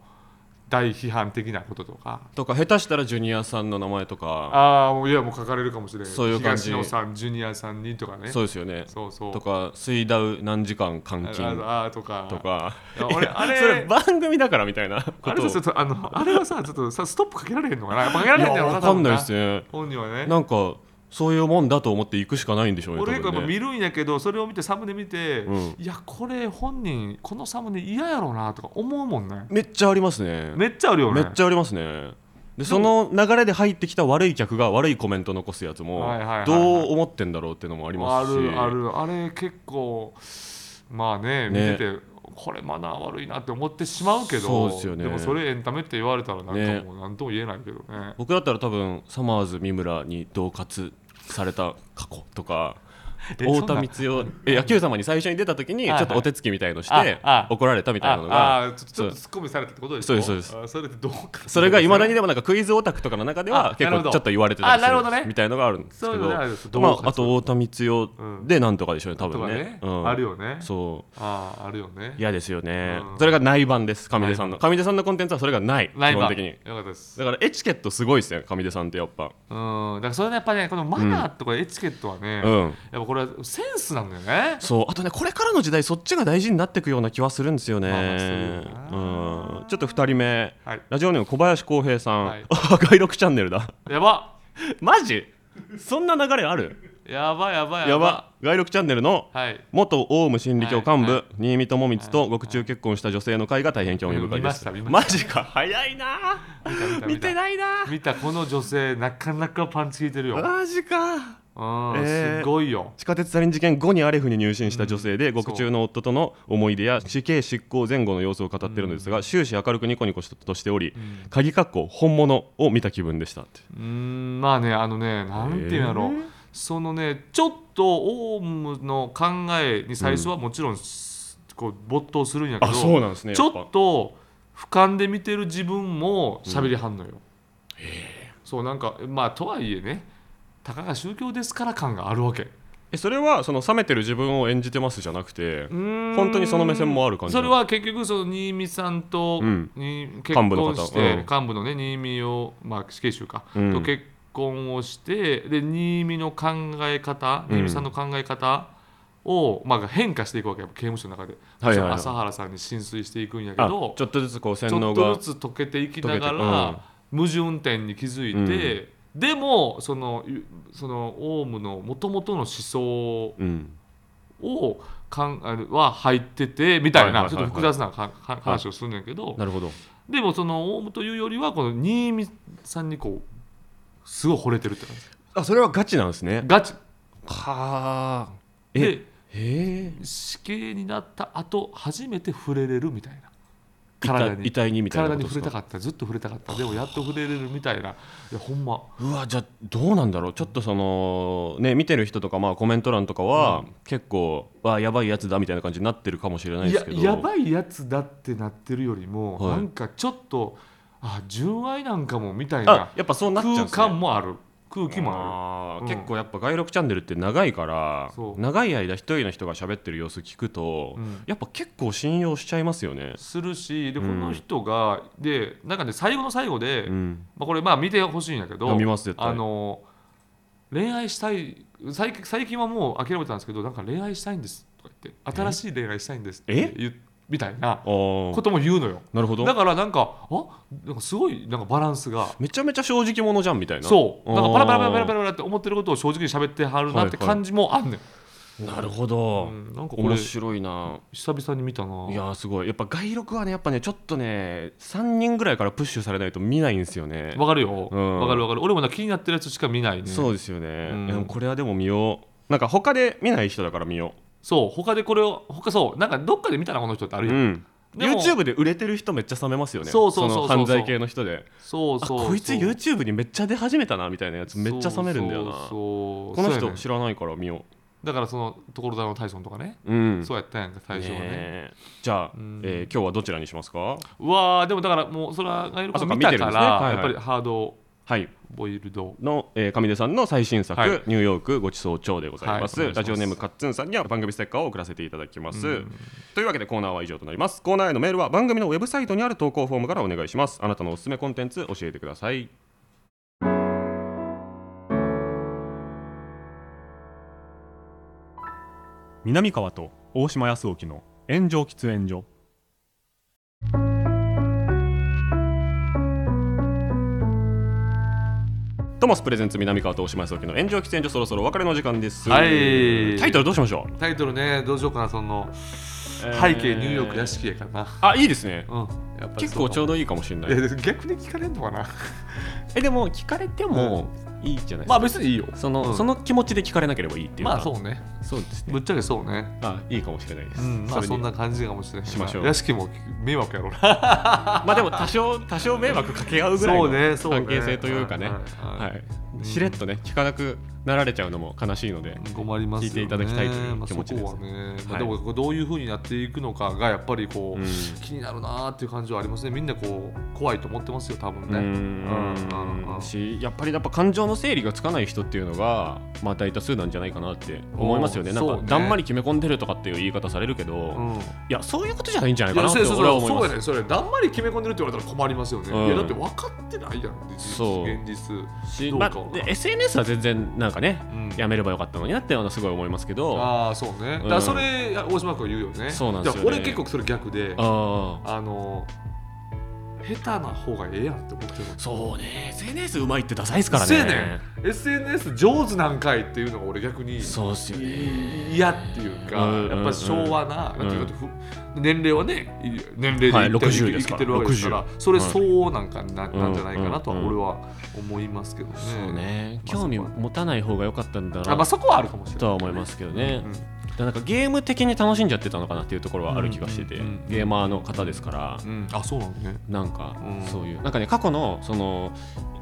[SPEAKER 4] 大批判的なこととか、
[SPEAKER 1] とか下手したらジュニアさんの名前とか
[SPEAKER 4] ああもういやもう書かれるかもしれない
[SPEAKER 1] そういう感じ
[SPEAKER 4] 東野さんジュニアさんにとかね
[SPEAKER 1] そうですよね
[SPEAKER 4] そうそう
[SPEAKER 1] とか水ダウ何時間監禁
[SPEAKER 4] ああとか
[SPEAKER 1] とか
[SPEAKER 4] いや俺あれ
[SPEAKER 1] それ番組だからみたいなこ
[SPEAKER 4] あ
[SPEAKER 1] と
[SPEAKER 4] れ
[SPEAKER 1] を
[SPEAKER 4] さちょっとあの あれはさちょっとさストップかけられへんのかなやっぱかけられへん
[SPEAKER 1] い
[SPEAKER 4] の
[SPEAKER 1] や
[SPEAKER 4] やろ
[SPEAKER 1] わかんないです
[SPEAKER 4] よ
[SPEAKER 1] ね
[SPEAKER 4] 本人はね
[SPEAKER 1] なんかそういうもんだと思って行くしかないんでしょうね
[SPEAKER 4] 俺結構
[SPEAKER 1] 多
[SPEAKER 4] や
[SPEAKER 1] 分
[SPEAKER 4] っぱ
[SPEAKER 1] ね
[SPEAKER 4] 見るんやけどそれを見てサムネ見て、
[SPEAKER 1] うん
[SPEAKER 4] いやこれ本人このサムネ嫌やろうなとか思うもんね
[SPEAKER 1] めっちゃありますね
[SPEAKER 4] めっちゃあるよ
[SPEAKER 1] め
[SPEAKER 4] ね
[SPEAKER 1] っちゃありますねでその流れで入ってきた悪い客が悪いコメント残すやつも
[SPEAKER 4] はいはいはいはい
[SPEAKER 1] どう思ってんだろうっていうのもありますし
[SPEAKER 4] あるあるあれ結構まあね
[SPEAKER 1] ね
[SPEAKER 4] 見ててこれマナー悪いなって思ってしまうけど
[SPEAKER 1] そうですよね
[SPEAKER 4] もそれエンタメって言われたらなんか
[SPEAKER 1] ね
[SPEAKER 4] もう何とも言えないけどね
[SPEAKER 1] 僕だったら多分サマーズ三村に恫喝された過去とか
[SPEAKER 4] え
[SPEAKER 1] 太
[SPEAKER 4] そんな
[SPEAKER 1] 田光代え野球様に最初に出た時にち
[SPEAKER 4] は
[SPEAKER 1] ょ
[SPEAKER 4] いはい
[SPEAKER 1] っとお手つきみたいのして
[SPEAKER 4] ああ
[SPEAKER 1] 怒られたみたいなの
[SPEAKER 4] あ
[SPEAKER 1] が
[SPEAKER 4] あちょちょっと
[SPEAKER 1] そ
[SPEAKER 4] ツッコミされたってことでしょ
[SPEAKER 1] そうですそうです
[SPEAKER 4] あそれってどうか
[SPEAKER 1] それがいまだに
[SPEAKER 4] ね
[SPEAKER 1] でもなんかクイズオタクとかの中では
[SPEAKER 4] あ
[SPEAKER 1] 結
[SPEAKER 4] なるほ
[SPEAKER 1] 構
[SPEAKER 4] ど
[SPEAKER 1] ちょっと言われてたり
[SPEAKER 4] あなるほど
[SPEAKER 1] す
[SPEAKER 4] ね
[SPEAKER 1] るみたいのがあるんです
[SPEAKER 4] そう
[SPEAKER 1] け
[SPEAKER 4] い
[SPEAKER 1] ど
[SPEAKER 4] うのねあるんです
[SPEAKER 1] ま
[SPEAKER 4] どうか
[SPEAKER 1] ああと太田光代でなんとかでしょうね多
[SPEAKER 4] と
[SPEAKER 1] 分
[SPEAKER 4] か
[SPEAKER 1] ね
[SPEAKER 4] ね、
[SPEAKER 1] うん
[SPEAKER 4] あるよね
[SPEAKER 1] そう
[SPEAKER 4] あああるよね
[SPEAKER 1] 嫌ですよね
[SPEAKER 4] うん
[SPEAKER 1] それがない版です上出さんの上出さんのコンテンツはそれがない基
[SPEAKER 4] ライバ
[SPEAKER 1] 本
[SPEAKER 4] ー
[SPEAKER 1] 的に
[SPEAKER 4] よかったです
[SPEAKER 1] だからエチケットすごいですね上出さんってやっぱ
[SPEAKER 4] うんだからそれねやっぱねこのマナーとかエチケットはね、
[SPEAKER 1] う
[SPEAKER 4] やっ
[SPEAKER 1] ん
[SPEAKER 4] ぱこれはセンスなんだよね
[SPEAKER 1] そうあとねこれからの時代そっちが大事になっていくような気はするんですよね、
[SPEAKER 4] まあまあそう
[SPEAKER 1] う
[SPEAKER 4] よ
[SPEAKER 1] ん、ちょっと2人目、
[SPEAKER 4] はい
[SPEAKER 1] ラジオネーム小林浩平さん、
[SPEAKER 4] はい
[SPEAKER 1] あ 外録チャンネルだ
[SPEAKER 4] やば
[SPEAKER 1] マジそんな流れある
[SPEAKER 4] やばやば
[SPEAKER 1] やば外録チャンネルの
[SPEAKER 4] はい
[SPEAKER 1] 元オウム真理教幹部、
[SPEAKER 4] はいは
[SPEAKER 1] 新見智光と獄中結婚した女性の会が大変興味深いです、
[SPEAKER 4] 見ました見ま
[SPEAKER 1] マジか早いな
[SPEAKER 4] 見た
[SPEAKER 1] 見て
[SPEAKER 4] い
[SPEAKER 1] ないな
[SPEAKER 4] 見たこの女性なかなかパンチ効いてるよ、うん
[SPEAKER 1] マジかえー
[SPEAKER 4] すごいよ
[SPEAKER 1] 地下鉄サリン事件後にアレフに入信した女性で、獄中の夫との思い出や死刑執行前後の様子を語ってるのですが、終始明るくニコニコとしており、鍵括弧本物を見た気分でしたって
[SPEAKER 4] うーんまあねあのねなんていうんやろう、そのねちょっとオウムの考えに最初はもちろん、こう没頭するんやけど
[SPEAKER 1] あそうなんですね
[SPEAKER 4] ちょっと俯瞰で見てる自分も喋りはんのよ、そうなんかまあとはいえねたかが宗教ですから感があるわけ
[SPEAKER 1] えそれはその冷めてる自分を演じてますじゃなくて本
[SPEAKER 4] 本
[SPEAKER 1] 当にその目線もある感じ
[SPEAKER 4] それは結局その新見さんと、
[SPEAKER 1] うん
[SPEAKER 4] に結
[SPEAKER 1] 幹部の方
[SPEAKER 4] 婚して
[SPEAKER 1] うん
[SPEAKER 4] 幹部の,、ね新見をまあ死刑囚か、
[SPEAKER 1] うん
[SPEAKER 4] と結婚をしてで新見の考え方
[SPEAKER 1] うん
[SPEAKER 4] 新見さんの考え方を、まあ、変化していくわけやっぱ刑務所の中で、
[SPEAKER 1] はいはいはい
[SPEAKER 4] 朝原さんに浸水していくんやけ
[SPEAKER 1] あ
[SPEAKER 4] ど
[SPEAKER 1] ちょっとずつこう洗
[SPEAKER 4] ちょ
[SPEAKER 1] 脳
[SPEAKER 4] っと
[SPEAKER 1] が
[SPEAKER 4] ずつ溶けていきなが
[SPEAKER 1] 溶
[SPEAKER 4] ら、矛盾点に気づいて、でもそのゆそのオウムのもともとの思想
[SPEAKER 1] うん
[SPEAKER 4] をかんあのは入っててみたいな、
[SPEAKER 1] はいはいはいはい
[SPEAKER 4] ちょっと複雑なかか話をするんだけど、
[SPEAKER 1] なるほど
[SPEAKER 4] でもそのオウムというよりはこの新見さんにこうすごい惚れてるって感じ
[SPEAKER 1] あそれはガチなんですね
[SPEAKER 4] ガチ
[SPEAKER 1] はあえ
[SPEAKER 4] で
[SPEAKER 1] へえ
[SPEAKER 4] 死刑になった後初めて触れれるみたいな体
[SPEAKER 1] 遺
[SPEAKER 4] に
[SPEAKER 1] 体にみたいな
[SPEAKER 4] 体
[SPEAKER 1] ことです
[SPEAKER 4] に触
[SPEAKER 1] か
[SPEAKER 4] れたかったずっと触れたかったでもやっと触れれるみたいないやほんま
[SPEAKER 1] うわじゃあどうなんだろうちょっとそのね見てる人とかまあコメント欄とかは、結構わやばいやつだみたいな感じになってるかもしれない
[SPEAKER 4] い
[SPEAKER 1] で
[SPEAKER 4] や
[SPEAKER 1] すけど
[SPEAKER 4] やばいやつだってなってるよりも、
[SPEAKER 1] はい
[SPEAKER 4] なんかちょっとあ純愛なんかもみたいな
[SPEAKER 1] あやっぱそうなっちゃうんで
[SPEAKER 4] 空
[SPEAKER 1] す、ね、
[SPEAKER 4] 間もある空気もある。
[SPEAKER 1] あー
[SPEAKER 4] うん
[SPEAKER 1] 結構やっぱ外録チャンネルって長いから
[SPEAKER 4] そう
[SPEAKER 1] 長い間一人の人が喋ってる様子聞くと、
[SPEAKER 4] うん
[SPEAKER 1] やっぱ結構信用しちゃいますよね、
[SPEAKER 4] するしで
[SPEAKER 1] う
[SPEAKER 4] こ
[SPEAKER 1] ん
[SPEAKER 4] の人が、でなんかね最後の最後で、
[SPEAKER 1] うん、
[SPEAKER 4] まあ、これまあ見てほしいんやけ
[SPEAKER 1] あ
[SPEAKER 4] ど
[SPEAKER 1] 見ます絶対
[SPEAKER 4] あの恋愛したい最近最近はもう諦めたんですけどなんか恋愛したいんですとか言って新しい恋愛したいんですって言うみたいな
[SPEAKER 1] あー
[SPEAKER 4] ことも言うのよ
[SPEAKER 1] なるほど
[SPEAKER 4] だからなんかあなんかすごいなんかバランスが
[SPEAKER 1] めちゃめちゃ正直者じゃんみたいな
[SPEAKER 4] そうなんかパラパラパラパラパ
[SPEAKER 1] ラ
[SPEAKER 4] ラって思ってることを正直に喋ってはるなって
[SPEAKER 1] はいはい
[SPEAKER 4] 感じもあんねん、
[SPEAKER 1] なるほど、
[SPEAKER 4] うんなんかこれ
[SPEAKER 1] 面
[SPEAKER 4] 久
[SPEAKER 1] 白いな
[SPEAKER 4] 々に見たない
[SPEAKER 1] やーすごいやっぱ外録はねやっぱねちょっとね3人ぐらいからプッシュされないと見ないんですよね
[SPEAKER 4] わかるよわ、
[SPEAKER 1] うん
[SPEAKER 4] かるわかる俺もな気になってるやつしか見ないね
[SPEAKER 1] そうですよね、
[SPEAKER 4] うん
[SPEAKER 1] でもこれはでも見ようなんか他で見ない人だから見よ
[SPEAKER 4] そう他でこれを他そうなんかどっかで見たなこの人ってあ
[SPEAKER 1] う、
[SPEAKER 4] る
[SPEAKER 1] う
[SPEAKER 4] よ、
[SPEAKER 1] ん、
[SPEAKER 4] でも
[SPEAKER 1] YouTube で売れてる人めっちゃ冷めますよね
[SPEAKER 4] そうそうそうそう
[SPEAKER 1] の犯罪系の人で
[SPEAKER 4] そうそうそう
[SPEAKER 1] あこいつ YouTube にめっちゃ出始めたなみたいなやつめっちゃ冷めるんだよな
[SPEAKER 4] そうそう
[SPEAKER 1] この
[SPEAKER 4] そう
[SPEAKER 1] 人
[SPEAKER 4] やね
[SPEAKER 1] 知らないから見よ
[SPEAKER 4] だからその所沢のタイソンとかね、
[SPEAKER 1] ううん
[SPEAKER 4] そうやったやんか最初はね
[SPEAKER 1] ねえじゃあ、
[SPEAKER 4] うん
[SPEAKER 1] えー今日はどちらにしますか
[SPEAKER 4] うわーでもだからもうそれはガイルコ
[SPEAKER 1] あそ
[SPEAKER 4] ン
[SPEAKER 1] っか
[SPEAKER 4] 見た
[SPEAKER 1] 見てるん
[SPEAKER 4] か
[SPEAKER 1] です
[SPEAKER 4] ら
[SPEAKER 1] ねはいはい
[SPEAKER 4] やっぱりハード
[SPEAKER 1] はい
[SPEAKER 2] ボイルド
[SPEAKER 1] の、えー、上出さんの最新作、
[SPEAKER 2] はい
[SPEAKER 1] ニューヨークごちそう長でございます,、
[SPEAKER 2] はいお願いします
[SPEAKER 1] ラジオネームカッツンさんには番組ステッカーを送らせていただきます、
[SPEAKER 2] うん
[SPEAKER 1] というわけでコーナーは以上となりますコーナーへのメールは番組のウェブサイトにある投稿フォームからお願いしますあなたのおすすめコンテンツ教えてください
[SPEAKER 3] 南川と大島康沖の炎上喫煙所
[SPEAKER 1] トモスプレゼンツ南川と大島康之の炎上喫煙所そろそろお別れの時間です、
[SPEAKER 2] はい
[SPEAKER 1] タイトルどうしましょう、
[SPEAKER 2] タイトルねどうしようかなその
[SPEAKER 1] え
[SPEAKER 2] 背
[SPEAKER 1] ー
[SPEAKER 2] 景ニューヨーク屋敷やからな、
[SPEAKER 1] あいいですね
[SPEAKER 2] うんやっぱり
[SPEAKER 1] 結構ちょう
[SPEAKER 2] ど
[SPEAKER 1] どいいかもしれないい
[SPEAKER 2] や逆に聞かれんのかな
[SPEAKER 1] えでも聞かれてもいいじゃないですか、
[SPEAKER 2] まあ別にいいよ
[SPEAKER 1] その
[SPEAKER 2] うん
[SPEAKER 1] その気持ちで聞かれなければいいっていうか
[SPEAKER 2] まあそうね
[SPEAKER 1] そうですね
[SPEAKER 2] ぶっちゃけそうね
[SPEAKER 1] あいいかもしれないです、
[SPEAKER 2] うんまあ
[SPEAKER 1] れに
[SPEAKER 2] そんな感じかもしれない
[SPEAKER 1] しましょう
[SPEAKER 2] 屋敷も迷惑やろうな
[SPEAKER 1] まあでも多少多少迷惑かけ合うぐらい
[SPEAKER 2] そうねそ
[SPEAKER 1] の
[SPEAKER 2] うね
[SPEAKER 1] 関係性というかね
[SPEAKER 2] はいはい
[SPEAKER 1] は
[SPEAKER 2] はいうん
[SPEAKER 1] しれっとね聞かなくなられちゃうのも悲しいので、
[SPEAKER 2] 困りますよ
[SPEAKER 1] 聞
[SPEAKER 2] ね
[SPEAKER 1] いていただきたいという気持ちです
[SPEAKER 2] まあ、そこはね、ま
[SPEAKER 1] は
[SPEAKER 2] あ、
[SPEAKER 1] い
[SPEAKER 2] でもこうどういうふうになっていくのかがやっぱりこう、
[SPEAKER 1] うん
[SPEAKER 2] 気になるなーっていう感じはありますねみんなこう怖いと思ってますよ多分
[SPEAKER 1] う
[SPEAKER 2] ねうん
[SPEAKER 1] ん
[SPEAKER 2] うん
[SPEAKER 1] しやっぱりやっぱ感情の整理がつかない人っていうのが、まあ、大多数なんじゃないかなって思いますよね
[SPEAKER 2] うん
[SPEAKER 1] なんか
[SPEAKER 2] そうね
[SPEAKER 1] だんまり決め込んでるとかっていう言い方されるけど、
[SPEAKER 2] うんうん
[SPEAKER 1] いやそういうことじゃないんじゃない
[SPEAKER 2] い
[SPEAKER 1] か
[SPEAKER 2] や
[SPEAKER 1] なっ
[SPEAKER 2] そ
[SPEAKER 1] て
[SPEAKER 2] うそう
[SPEAKER 1] 俺は思
[SPEAKER 2] そう
[SPEAKER 1] い
[SPEAKER 2] そう
[SPEAKER 1] ま
[SPEAKER 2] や
[SPEAKER 1] す
[SPEAKER 2] ねそれだんまり決め込んでるって言われたら困りますよね、
[SPEAKER 1] うん
[SPEAKER 2] いやだって分かってないやん実
[SPEAKER 1] そう
[SPEAKER 2] 現実
[SPEAKER 1] し、
[SPEAKER 2] どう
[SPEAKER 1] ま
[SPEAKER 2] か
[SPEAKER 1] あ、で SNS は全然なんかね、
[SPEAKER 2] うん
[SPEAKER 1] やめればよかったのになっていうのはすごい思いますけどあ
[SPEAKER 2] ああそうねだか
[SPEAKER 1] う
[SPEAKER 2] ら
[SPEAKER 1] ん
[SPEAKER 2] それ、大島君が言うよね
[SPEAKER 1] そうなんですよね
[SPEAKER 2] だから俺結構それ逆であ
[SPEAKER 1] あ
[SPEAKER 2] の下手な方がええやんって思ってる
[SPEAKER 1] そうね SNS うまいってダサいですから
[SPEAKER 2] せ
[SPEAKER 1] ね
[SPEAKER 2] やねん SNS 上手なんかいっていうのが俺逆に
[SPEAKER 1] そうっすよね
[SPEAKER 2] 嫌っていうか、
[SPEAKER 1] うんうんうん
[SPEAKER 2] やっぱ昭和な,、なんていうかふ年齢はねい年齢で
[SPEAKER 1] はい
[SPEAKER 2] 生きて
[SPEAKER 1] 60
[SPEAKER 2] る
[SPEAKER 1] で
[SPEAKER 2] 生
[SPEAKER 1] す
[SPEAKER 2] き
[SPEAKER 1] から
[SPEAKER 2] てるわけですからそれ
[SPEAKER 1] はい
[SPEAKER 2] 相応なんかにな,、なんじゃないかなとは
[SPEAKER 1] うんうんう
[SPEAKER 2] 俺
[SPEAKER 1] ん
[SPEAKER 2] は思いますけどね。
[SPEAKER 1] そうね
[SPEAKER 2] まあそこは
[SPEAKER 1] 興味持たない方が良かったんだ
[SPEAKER 2] あま
[SPEAKER 1] な
[SPEAKER 2] あ、そこはあるかもしれない
[SPEAKER 1] とは思いますけどね
[SPEAKER 2] うん
[SPEAKER 1] だからなんかゲーム的に楽しんじゃってたのかなっていうところはある気がしてて
[SPEAKER 2] うんうんうん
[SPEAKER 1] ゲーマーの方ですから
[SPEAKER 2] うんあそうなんだね。
[SPEAKER 1] なんか
[SPEAKER 2] うん
[SPEAKER 1] そういうなんかね過去のその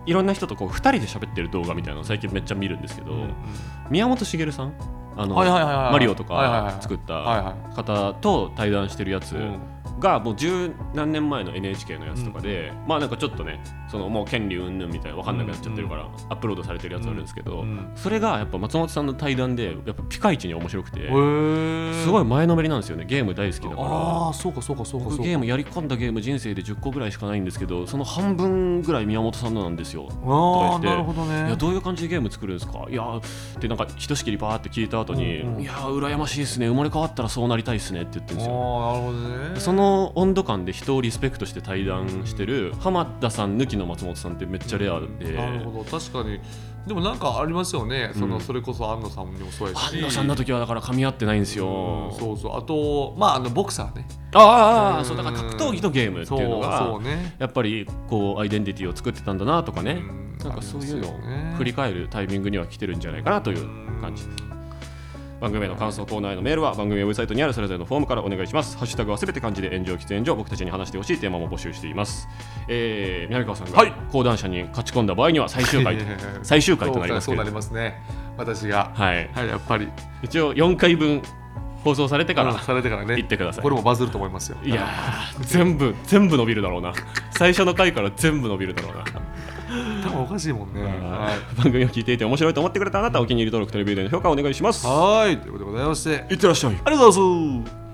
[SPEAKER 1] いろんな人とこう2人で喋ってる動画みたいなの最近めっちゃ見るんですけど宮本茂さんあの
[SPEAKER 2] はいはいはいはい
[SPEAKER 1] マリオと
[SPEAKER 2] はいはいはい
[SPEAKER 1] か
[SPEAKER 2] はい
[SPEAKER 1] 作った
[SPEAKER 2] は
[SPEAKER 1] 方と対談してるやつ
[SPEAKER 2] いはい。うん
[SPEAKER 1] がもう十何年前の NHK のやつとかで、まあなんかちょっとねそのもう権利云々みたいな分かんなくなっちゃってるから、アップロードされてるやつあるんですけど、
[SPEAKER 2] うん
[SPEAKER 1] それがやっぱ松本さんの対談でやっぱピカイチに面白くて
[SPEAKER 2] へ、ー
[SPEAKER 1] すごい前のめりなんですよねゲーム大好きだから
[SPEAKER 2] ああそうかそうかそうかそ
[SPEAKER 1] 僕
[SPEAKER 2] うか。
[SPEAKER 1] ゲームやり込んだゲーム人生で10個ぐらいしかないんですけどその半分ぐらい宮本さんのなんですよ。
[SPEAKER 2] あ
[SPEAKER 1] とか言っ
[SPEAKER 2] あ
[SPEAKER 1] て
[SPEAKER 2] なるほど
[SPEAKER 1] いや
[SPEAKER 2] ね。
[SPEAKER 1] どういう感じでゲーム作るんですかいやでなんかひとしきりバーって聞いた後に、
[SPEAKER 2] うんうん
[SPEAKER 1] いや羨ましいですね生まれ変わったらそうなりたいですねって言ってるん
[SPEAKER 2] あ
[SPEAKER 1] です
[SPEAKER 2] あ
[SPEAKER 1] よ。
[SPEAKER 2] なるほどね。
[SPEAKER 1] その温度感で人をリスペクトして対談してる浜田さん抜きの松本さんってめっちゃレアで、
[SPEAKER 2] なるほど確かにでもなんかありますよね、そ
[SPEAKER 1] うん
[SPEAKER 2] のそれこそ安野さんにもそうやし
[SPEAKER 1] 浜田さんの時はだから噛み合ってないんですよ、
[SPEAKER 2] うんそうそうあとまああのボクサーね
[SPEAKER 1] ああああ
[SPEAKER 2] うん
[SPEAKER 1] そうだから格闘技とゲームって
[SPEAKER 2] そう
[SPEAKER 1] いうの
[SPEAKER 2] そ
[SPEAKER 1] が
[SPEAKER 2] うね
[SPEAKER 1] やっぱりこうアイデンティティを作ってたんだなとかね、
[SPEAKER 2] うん
[SPEAKER 1] なんかそういうの
[SPEAKER 2] ありますよね
[SPEAKER 1] を振り返るタイミングには来てるんじゃないかなという感じです番組への感想コーナーへのメールは番組ウェブサイトにあるそれぞれのフォームからお願いしますハッシュタグはすべて漢字で炎上喫煙所僕たちに話してほしいテーマも募集しています、えー、南川さんが
[SPEAKER 2] はい
[SPEAKER 1] 講談社に勝ち込んだ場合には最終回と 最終回となります
[SPEAKER 2] そう
[SPEAKER 1] け
[SPEAKER 2] そ
[SPEAKER 1] ど
[SPEAKER 2] うなりますね私が
[SPEAKER 1] はい、
[SPEAKER 2] はいやっぱり
[SPEAKER 1] 一応4回分放送されてから、
[SPEAKER 2] うんされてからね
[SPEAKER 1] 言ってください
[SPEAKER 2] これもバズると思いますよ
[SPEAKER 1] いやー全部全部伸びるだろうな最初の回から全部伸びるだろうな
[SPEAKER 2] 多分おかしいもんねはい
[SPEAKER 1] 番組を聞いていて面白いと思ってくれたあなたお気に入り登録テレビでの評価をお願いします
[SPEAKER 2] はいということでございまして
[SPEAKER 1] いってらっしゃい
[SPEAKER 2] ありがとうございます